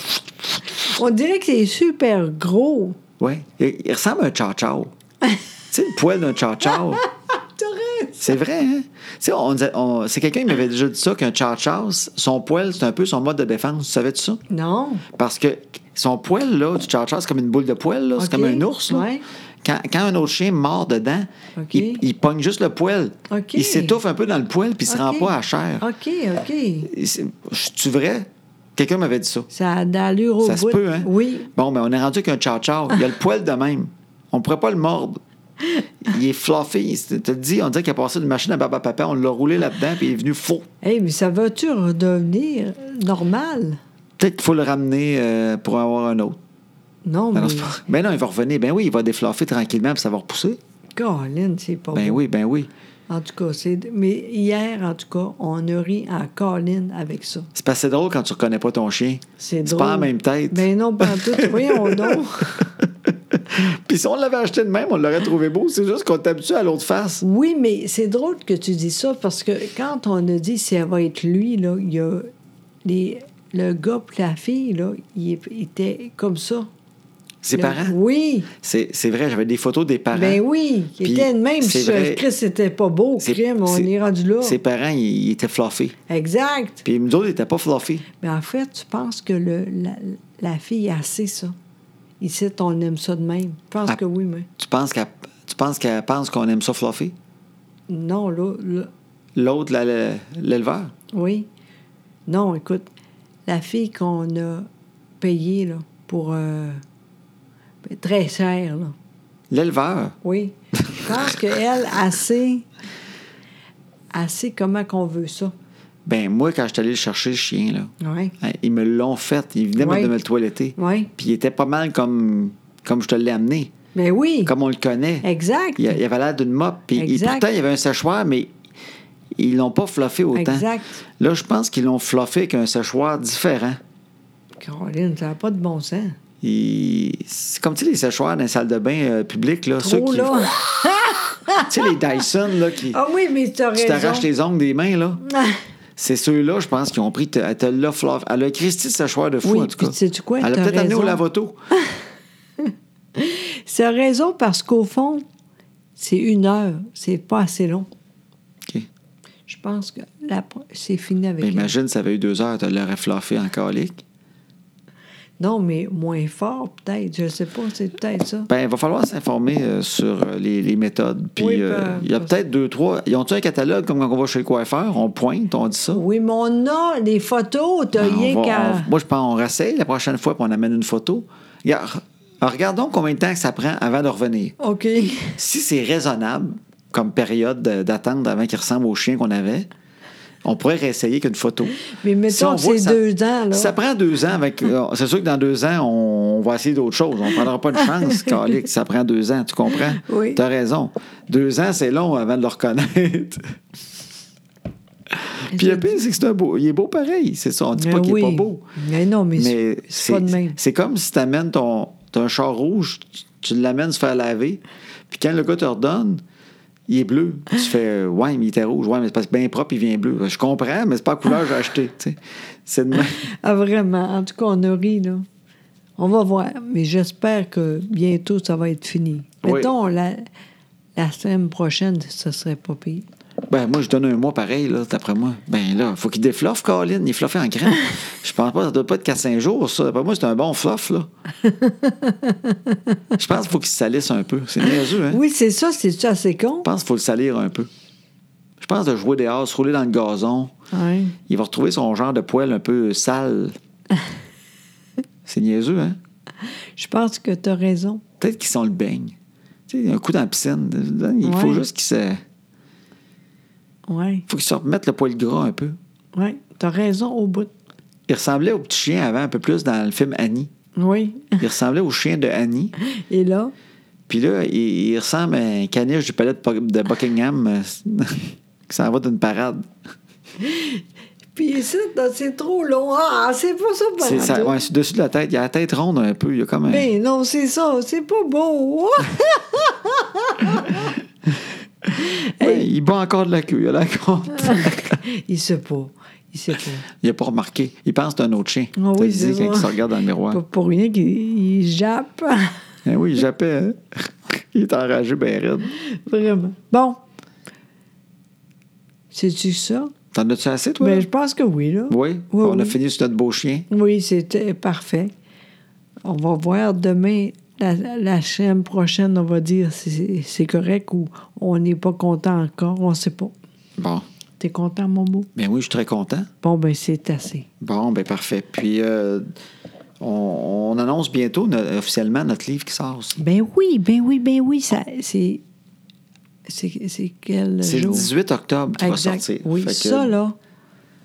Speaker 1: On dirait que c'est super gros.
Speaker 2: Ouais. Il, il ressemble à un
Speaker 1: (laughs)
Speaker 2: chow-chow. tu sais, le poil d'un chow-chow.
Speaker 1: Ah, T'as raison.
Speaker 2: C'est vrai, hein? Tu sais, on, disait- on- c'est quelqu'un qui m'avait déjà dit ça, qu'un chow-chow, son poil, c'est un peu son mode de défense. Tu savais-tu ça?
Speaker 1: Non.
Speaker 2: Parce que son poil, là, du chow-chow, c'est comme une boule de poil, là. C'est
Speaker 1: Ok.
Speaker 2: comme un ours, là.
Speaker 1: Ouais.
Speaker 2: Quand, quand un autre chien mord dedans,
Speaker 1: OK.
Speaker 2: il, il pogne juste le poil.
Speaker 1: OK.
Speaker 2: Il s'étouffe un peu dans le poil puis il se rend
Speaker 1: OK.
Speaker 2: pas à la chair.
Speaker 1: OK, OK.
Speaker 2: Et c'est- Je-tu vrai? Quelqu'un m'avait dit ça.
Speaker 1: Ça a d'allure au
Speaker 2: Ça se
Speaker 1: bout.
Speaker 2: peut, hein?
Speaker 1: Oui.
Speaker 2: Bon, mais on est rendu qu'un chow-chow. Il a le poil de même. On pourrait pas le mordre. Il est fluffy. Tu te dis, on dirait qu'il a passé d'une machine à baba papa, on l'a roulé là-dedans, puis il est venu faux.
Speaker 1: Hey, mais ça va-tu redevenir normal?
Speaker 2: Peut-être qu'il faut le ramener euh, pour en avoir un autre.
Speaker 1: Non,
Speaker 2: Mais non,
Speaker 1: mais...
Speaker 2: c'est pas- Ben non, il va revenir. Ben oui, il va déflaffer tranquillement, puis ça va repousser.
Speaker 1: Colin, c'est pas
Speaker 2: Ben
Speaker 1: beau.
Speaker 2: oui, ben oui.
Speaker 1: En tout cas, c'est... Mais hier, en tout cas, on a ri en Colin avec ça.
Speaker 2: C'est pas assez drôle quand tu reconnais pas ton chien.
Speaker 1: C'est drôle.
Speaker 2: C'est pas en même tête.
Speaker 1: Ben non, pas en tout. Voyons donc.
Speaker 2: (laughs) Puis si on l'avait acheté de même, on l'aurait trouvé beau. C'est juste qu'on t'habitue à l'autre face.
Speaker 1: Oui, mais c'est drôle que tu dis ça parce que quand on a dit ça va être lui, là, il y a les, le gars puis la fille, là, il est- il était comme ça.
Speaker 2: Ses
Speaker 1: Le-
Speaker 2: parents.
Speaker 1: Ben Oui,
Speaker 2: C'est c'est vrai, j'avais des photos des parents.
Speaker 1: ben oui, il
Speaker 2: Puis
Speaker 1: était de même.
Speaker 2: c'est
Speaker 1: Si
Speaker 2: vrai.
Speaker 1: Chris, c'était pas beau,
Speaker 2: C'est-
Speaker 1: crime, on
Speaker 2: c'est-
Speaker 1: est rendu là.
Speaker 2: Ses parents, ils, ils étaient fluffés.
Speaker 1: Exact.
Speaker 2: Puis nous autres, ils n'étaient pas fluffés.
Speaker 1: Mais Ben, en fait, tu penses que le, la, la fille a assez ça. Ici, on aime ça de même. Je pense
Speaker 2: Ah.
Speaker 1: que oui, mais
Speaker 2: Tu penses qu'elle tu penses qu'elle pense qu'on aime ça fluffé?
Speaker 1: non, là, là,
Speaker 2: L'autre, la- la- l'éleveur?
Speaker 1: Oui. Non, écoute, la fille qu'on a payée là, pour euh, ben, très cher, là,
Speaker 2: L'éleveur?
Speaker 1: oui. Je pense qu'elle, assez, assez comment qu'on veut ça.
Speaker 2: Ben moi, quand je suis allé le chercher, le chien, là,
Speaker 1: Oui.
Speaker 2: hein, ils me l'ont fait. Ils venaient
Speaker 1: Ouais.
Speaker 2: même de me le toiletter.
Speaker 1: Oui.
Speaker 2: Puis il était pas mal comme, comme je te l'ai amené,
Speaker 1: Mais Ben oui.
Speaker 2: comme on le connaît.
Speaker 1: Exact.
Speaker 2: Il, il avait l'air d'une mop. Puis il-
Speaker 1: Exact.
Speaker 2: pourtant, il y avait un séchoir, mais ils l'ont pas fluffé autant.
Speaker 1: Exact.
Speaker 2: Là, je pense qu'ils l'ont fluffé avec un séchoir différent.
Speaker 1: Caroline, ça n'a pas de bon sens.
Speaker 2: Il- C'est comme tu sais, les séchoirs dans les salles de bain euh, publiques, là, ceux
Speaker 1: Trop,
Speaker 2: qui.
Speaker 1: Oh, là.
Speaker 2: Tu sais, les Dyson, là,
Speaker 1: (laughs)
Speaker 2: qui.
Speaker 1: Ah oui, mais tu as
Speaker 2: tu
Speaker 1: raison.
Speaker 2: t'arraches les ongles des mains, là.
Speaker 1: Ah,
Speaker 2: C'est ceux-là, je pense, qui ont pris. te- Elle te l'a fluff. Elle a Christy de séchoir de fou,
Speaker 1: Oui,
Speaker 2: en tout
Speaker 1: puis
Speaker 2: cas.
Speaker 1: tu sais-tu quoi?
Speaker 2: Elle a
Speaker 1: T'as
Speaker 2: peut-être amené au
Speaker 1: raison.
Speaker 2: lavoto.
Speaker 1: C'est raison parce qu'au fond, c'est une heure. C'est pas assez long.
Speaker 2: OK.
Speaker 1: Je pense que la pro- c'est fini avec
Speaker 2: Mais
Speaker 1: elle.
Speaker 2: imagine, ça avait eu deux heures, tu l'aurais fluffé en colique.
Speaker 1: Non, mais moins fort, peut-être. Je sais pas, c'est peut-être ça.
Speaker 2: Ben, il va falloir s'informer euh, sur euh, les, les méthodes. Puis,
Speaker 1: Oui, ben,
Speaker 2: euh, il y a
Speaker 1: parce-
Speaker 2: peut-être deux, trois. Ils ont-tu un catalogue comme quand on va chez le coiffeur? On pointe, on dit ça.
Speaker 1: Oui, mais on a des photos, t'as
Speaker 2: Ben, on
Speaker 1: rien
Speaker 2: va-
Speaker 1: qu'à.
Speaker 2: on- moi, je pense on rassaye la prochaine fois puis on amène une photo. Regarde- regardons combien de temps que ça prend avant de revenir.
Speaker 1: OK.
Speaker 2: Si c'est raisonnable comme période de- d'attente avant qu'il ressemble au chien qu'on avait, on pourrait réessayer qu'une photo.
Speaker 1: Mais mettons
Speaker 2: on
Speaker 1: que
Speaker 2: voit
Speaker 1: c'est
Speaker 2: ça-
Speaker 1: deux ans, là.
Speaker 2: Ça prend deux ans. Avec, euh, c'est sûr que dans deux ans, on, on va essayer d'autres choses. On ne prendra
Speaker 1: (laughs)
Speaker 2: pas de chance, Calique. Ça prend deux ans, tu comprends?
Speaker 1: Oui.
Speaker 2: Tu as raison. Deux ans, c'est long avant de le reconnaître. Puis le pire, c'est que c'est un beau. Il est beau pareil, c'est ça. On ne dit pas
Speaker 1: Mais
Speaker 2: qu'il n'est
Speaker 1: oui.
Speaker 2: pas beau.
Speaker 1: Mais non, mais,
Speaker 2: Mais
Speaker 1: c'est- c'est pas de
Speaker 2: c'est
Speaker 1: même.
Speaker 2: c'est comme si tu amènes ton, ton char rouge, tu, tu l'amènes se faire laver, puis quand le gars te redonne, il est bleu.
Speaker 1: (laughs)
Speaker 2: Tu fais euh, Ouais, mais il était rouge. Ouais, mais c'est parce que bien propre, il vient bleu. Je comprends, mais c'est pas la couleur que j'ai achetée. tu sais. C'est de
Speaker 1: (laughs)
Speaker 2: même.
Speaker 1: Ah, vraiment. En tout cas, on a ri, là. On va voir. Mais j'espère que bientôt, ça va être fini.
Speaker 2: Oui.
Speaker 1: Mettons, la, la semaine prochaine, ce serait pas pire.
Speaker 2: Ben, moi, je donne un mois pareil, là, d'après moi. Ben, là, faut qu'il défloffe, Colin. Il est fluffé en
Speaker 1: (laughs)
Speaker 2: grand. Je pense pas, ça doit pas être 4-5 jours, ça. D'après moi, c'est un bon fluff,
Speaker 1: (laughs)
Speaker 2: là. Je pense qu'il faut qu'il se salisse un peu. C'est niaiseux, hein?
Speaker 1: Oui, c'est ça, c'est assez con.
Speaker 2: Je pense qu'il faut le salir un peu. Je pense de jouer dehors, se rouler dans le gazon.
Speaker 1: Ouais.
Speaker 2: Il va retrouver son genre de poil un peu
Speaker 1: (laughs)
Speaker 2: sale. C'est niaiseux, hein?
Speaker 1: Je pense que t'as raison.
Speaker 2: Peut-être qu'ils sont le baigne. Tu sais, un coup dans la piscine. Il faut
Speaker 1: Ouais.
Speaker 2: juste qu'il se.
Speaker 1: Oui,
Speaker 2: faut qu'il se remette le poil gras un peu.
Speaker 1: oui. T'as raison au bout.
Speaker 2: Il ressemblait au petit chien avant, un peu plus dans le film Annie.
Speaker 1: Oui. (laughs)
Speaker 2: Il ressemblait au chien de Annie.
Speaker 1: Et là,
Speaker 2: Puis là, il, il ressemble à un caniche du palais de, Po- de Buckingham euh, (laughs) qui s'en va d'une parade.
Speaker 1: Puis ici, là, c'est trop long. Ah, c'est pas ça,
Speaker 2: C'est
Speaker 1: par
Speaker 2: ça,
Speaker 1: rapport.
Speaker 2: ouais, c'est dessus de la tête. Il a la tête ronde un peu. Il a comme un-
Speaker 1: Mais non, c'est ça. C'est pas beau. (laughs)
Speaker 2: Ouais, il bat encore de la (laughs) queue. Il a l'air content.
Speaker 1: Ah. il sait pas. Il sait pas.
Speaker 2: Il n'a pas remarqué. Il pense que c'est un autre chien.
Speaker 1: Ah
Speaker 2: T'as
Speaker 1: oui,
Speaker 2: dit
Speaker 1: c'est
Speaker 2: quand
Speaker 1: ça.
Speaker 2: il se regarde dans le miroir.
Speaker 1: Pas pour rien qu'il il jappe. (laughs)
Speaker 2: Eh oui, j'appais. hein. il est enragé, ben raide.
Speaker 1: Vraiment. Bon. C'est-tu ça?
Speaker 2: T'en as-tu assez, toi?
Speaker 1: Ben,
Speaker 2: là?
Speaker 1: je pense que oui, là.
Speaker 2: Oui? on a
Speaker 1: oui.
Speaker 2: fini sur notre beau chien.
Speaker 1: Oui, c'était parfait. On va voir demain la, la semaine prochaine, on va dire si c'est correct ou on n'est pas content encore, on ne sait pas.
Speaker 2: Bon.
Speaker 1: T'es content, mon beau?
Speaker 2: Ben oui, je suis très content.
Speaker 1: Bon, ben c'est assez.
Speaker 2: Bon, ben parfait. Puis, euh, on, on annonce bientôt no- officiellement notre livre qui sort. aussi.
Speaker 1: Ben oui, ben oui, ben oui, ça, c'est... C'est c'est quel
Speaker 2: C'est le
Speaker 1: jour?
Speaker 2: 18 octobre qui va
Speaker 1: Exact.
Speaker 2: sortir.
Speaker 1: Oui,
Speaker 2: Fait que
Speaker 1: ça, là,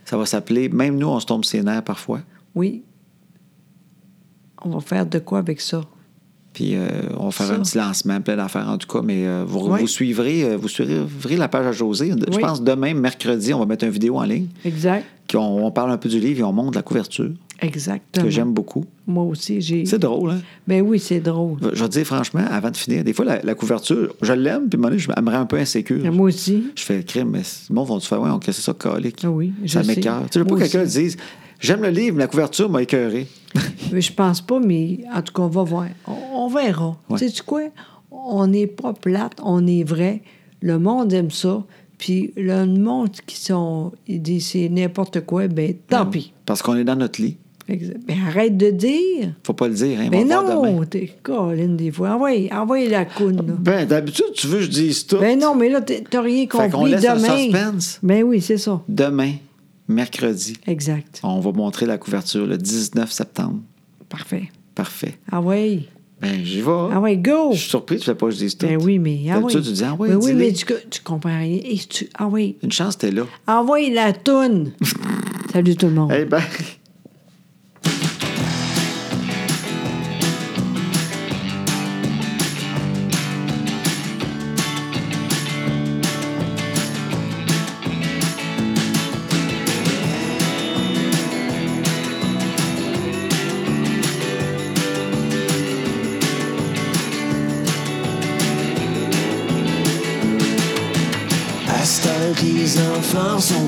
Speaker 2: Ça va s'appeler Même nous, on se tombe ses nerfs parfois.
Speaker 1: oui. On va faire de quoi avec ça?
Speaker 2: Puis euh, on va faire
Speaker 1: Ça.
Speaker 2: un petit lancement, plein d'affaires en tout cas, mais euh, vous,
Speaker 1: Oui.
Speaker 2: vous suivrez, euh, vous suivrez la page à José. Je
Speaker 1: Oui.
Speaker 2: pense demain, mercredi, on va mettre une vidéo en ligne.
Speaker 1: Exact.
Speaker 2: qu'on- On, parle un peu du livre et on montre la couverture,
Speaker 1: Exactement.
Speaker 2: que j'aime beaucoup.
Speaker 1: Moi aussi, j'ai...
Speaker 2: C'est drôle, hein?
Speaker 1: Ben oui, c'est drôle.
Speaker 2: Je vais te dire franchement, avant de finir, des fois, la, la couverture, je l'aime, puis à un moment donné, je- elle me rend un peu insécure.
Speaker 1: Moi aussi.
Speaker 2: Je fais le crime, mais le monde va te faire, ouais, on c'est ça, colique.
Speaker 1: Ah oui, je
Speaker 2: ça
Speaker 1: sais.
Speaker 2: m'écœure. Tu sais, je veux
Speaker 1: Moi
Speaker 2: pas que quelqu'un
Speaker 1: aussi.
Speaker 2: dise, j'aime le livre, mais la couverture m'a écœuré.
Speaker 1: Mais Je pense pas, mais en tout cas, on va voir. On, on verra.
Speaker 2: Ouais.
Speaker 1: Tu sais quoi? On n'est pas plate, on est vrai. Le monde aime ça. Puis le monde qui sont, il dit c'est n'importe quoi, ben tant pis.
Speaker 2: Parce qu'on est dans notre lit.
Speaker 1: Exa- Ben, arrête de dire.
Speaker 2: Faut pas le dire, hein? on
Speaker 1: Mais
Speaker 2: va le voir demain.
Speaker 1: non, t'es colline des fois. Envoyez, envoyez la
Speaker 2: (laughs)
Speaker 1: coune. là.
Speaker 2: Ben, d'habitude, tu veux que je dise tout.
Speaker 1: Ben non, mais là, t'es- t'as rien compris
Speaker 2: Fait qu'on laisse le
Speaker 1: demain.
Speaker 2: suspense.
Speaker 1: Ben oui, c'est ça.
Speaker 2: Demain, mercredi,
Speaker 1: Exact.
Speaker 2: on va montrer la couverture le 19 septembre.
Speaker 1: Parfait.
Speaker 2: Parfait.
Speaker 1: Ah oui.
Speaker 2: Ben, j'y vais.
Speaker 1: Ah oui, go!
Speaker 2: Je suis surpris, tu fais pas que je dise tout.
Speaker 1: Ben oui, mais ah oui.
Speaker 2: D'habitude, tu dis, ah ouais,
Speaker 1: Ben oui,
Speaker 2: dis-les.
Speaker 1: mais tu, tu comprends rien. Et tu, ah oui,
Speaker 2: Une chance, t'es là.
Speaker 1: Ah envoie
Speaker 2: (laughs)
Speaker 1: la toune. Salut tout le monde.
Speaker 2: Eh ben. (laughs)
Speaker 3: À cette heure que les enfants sont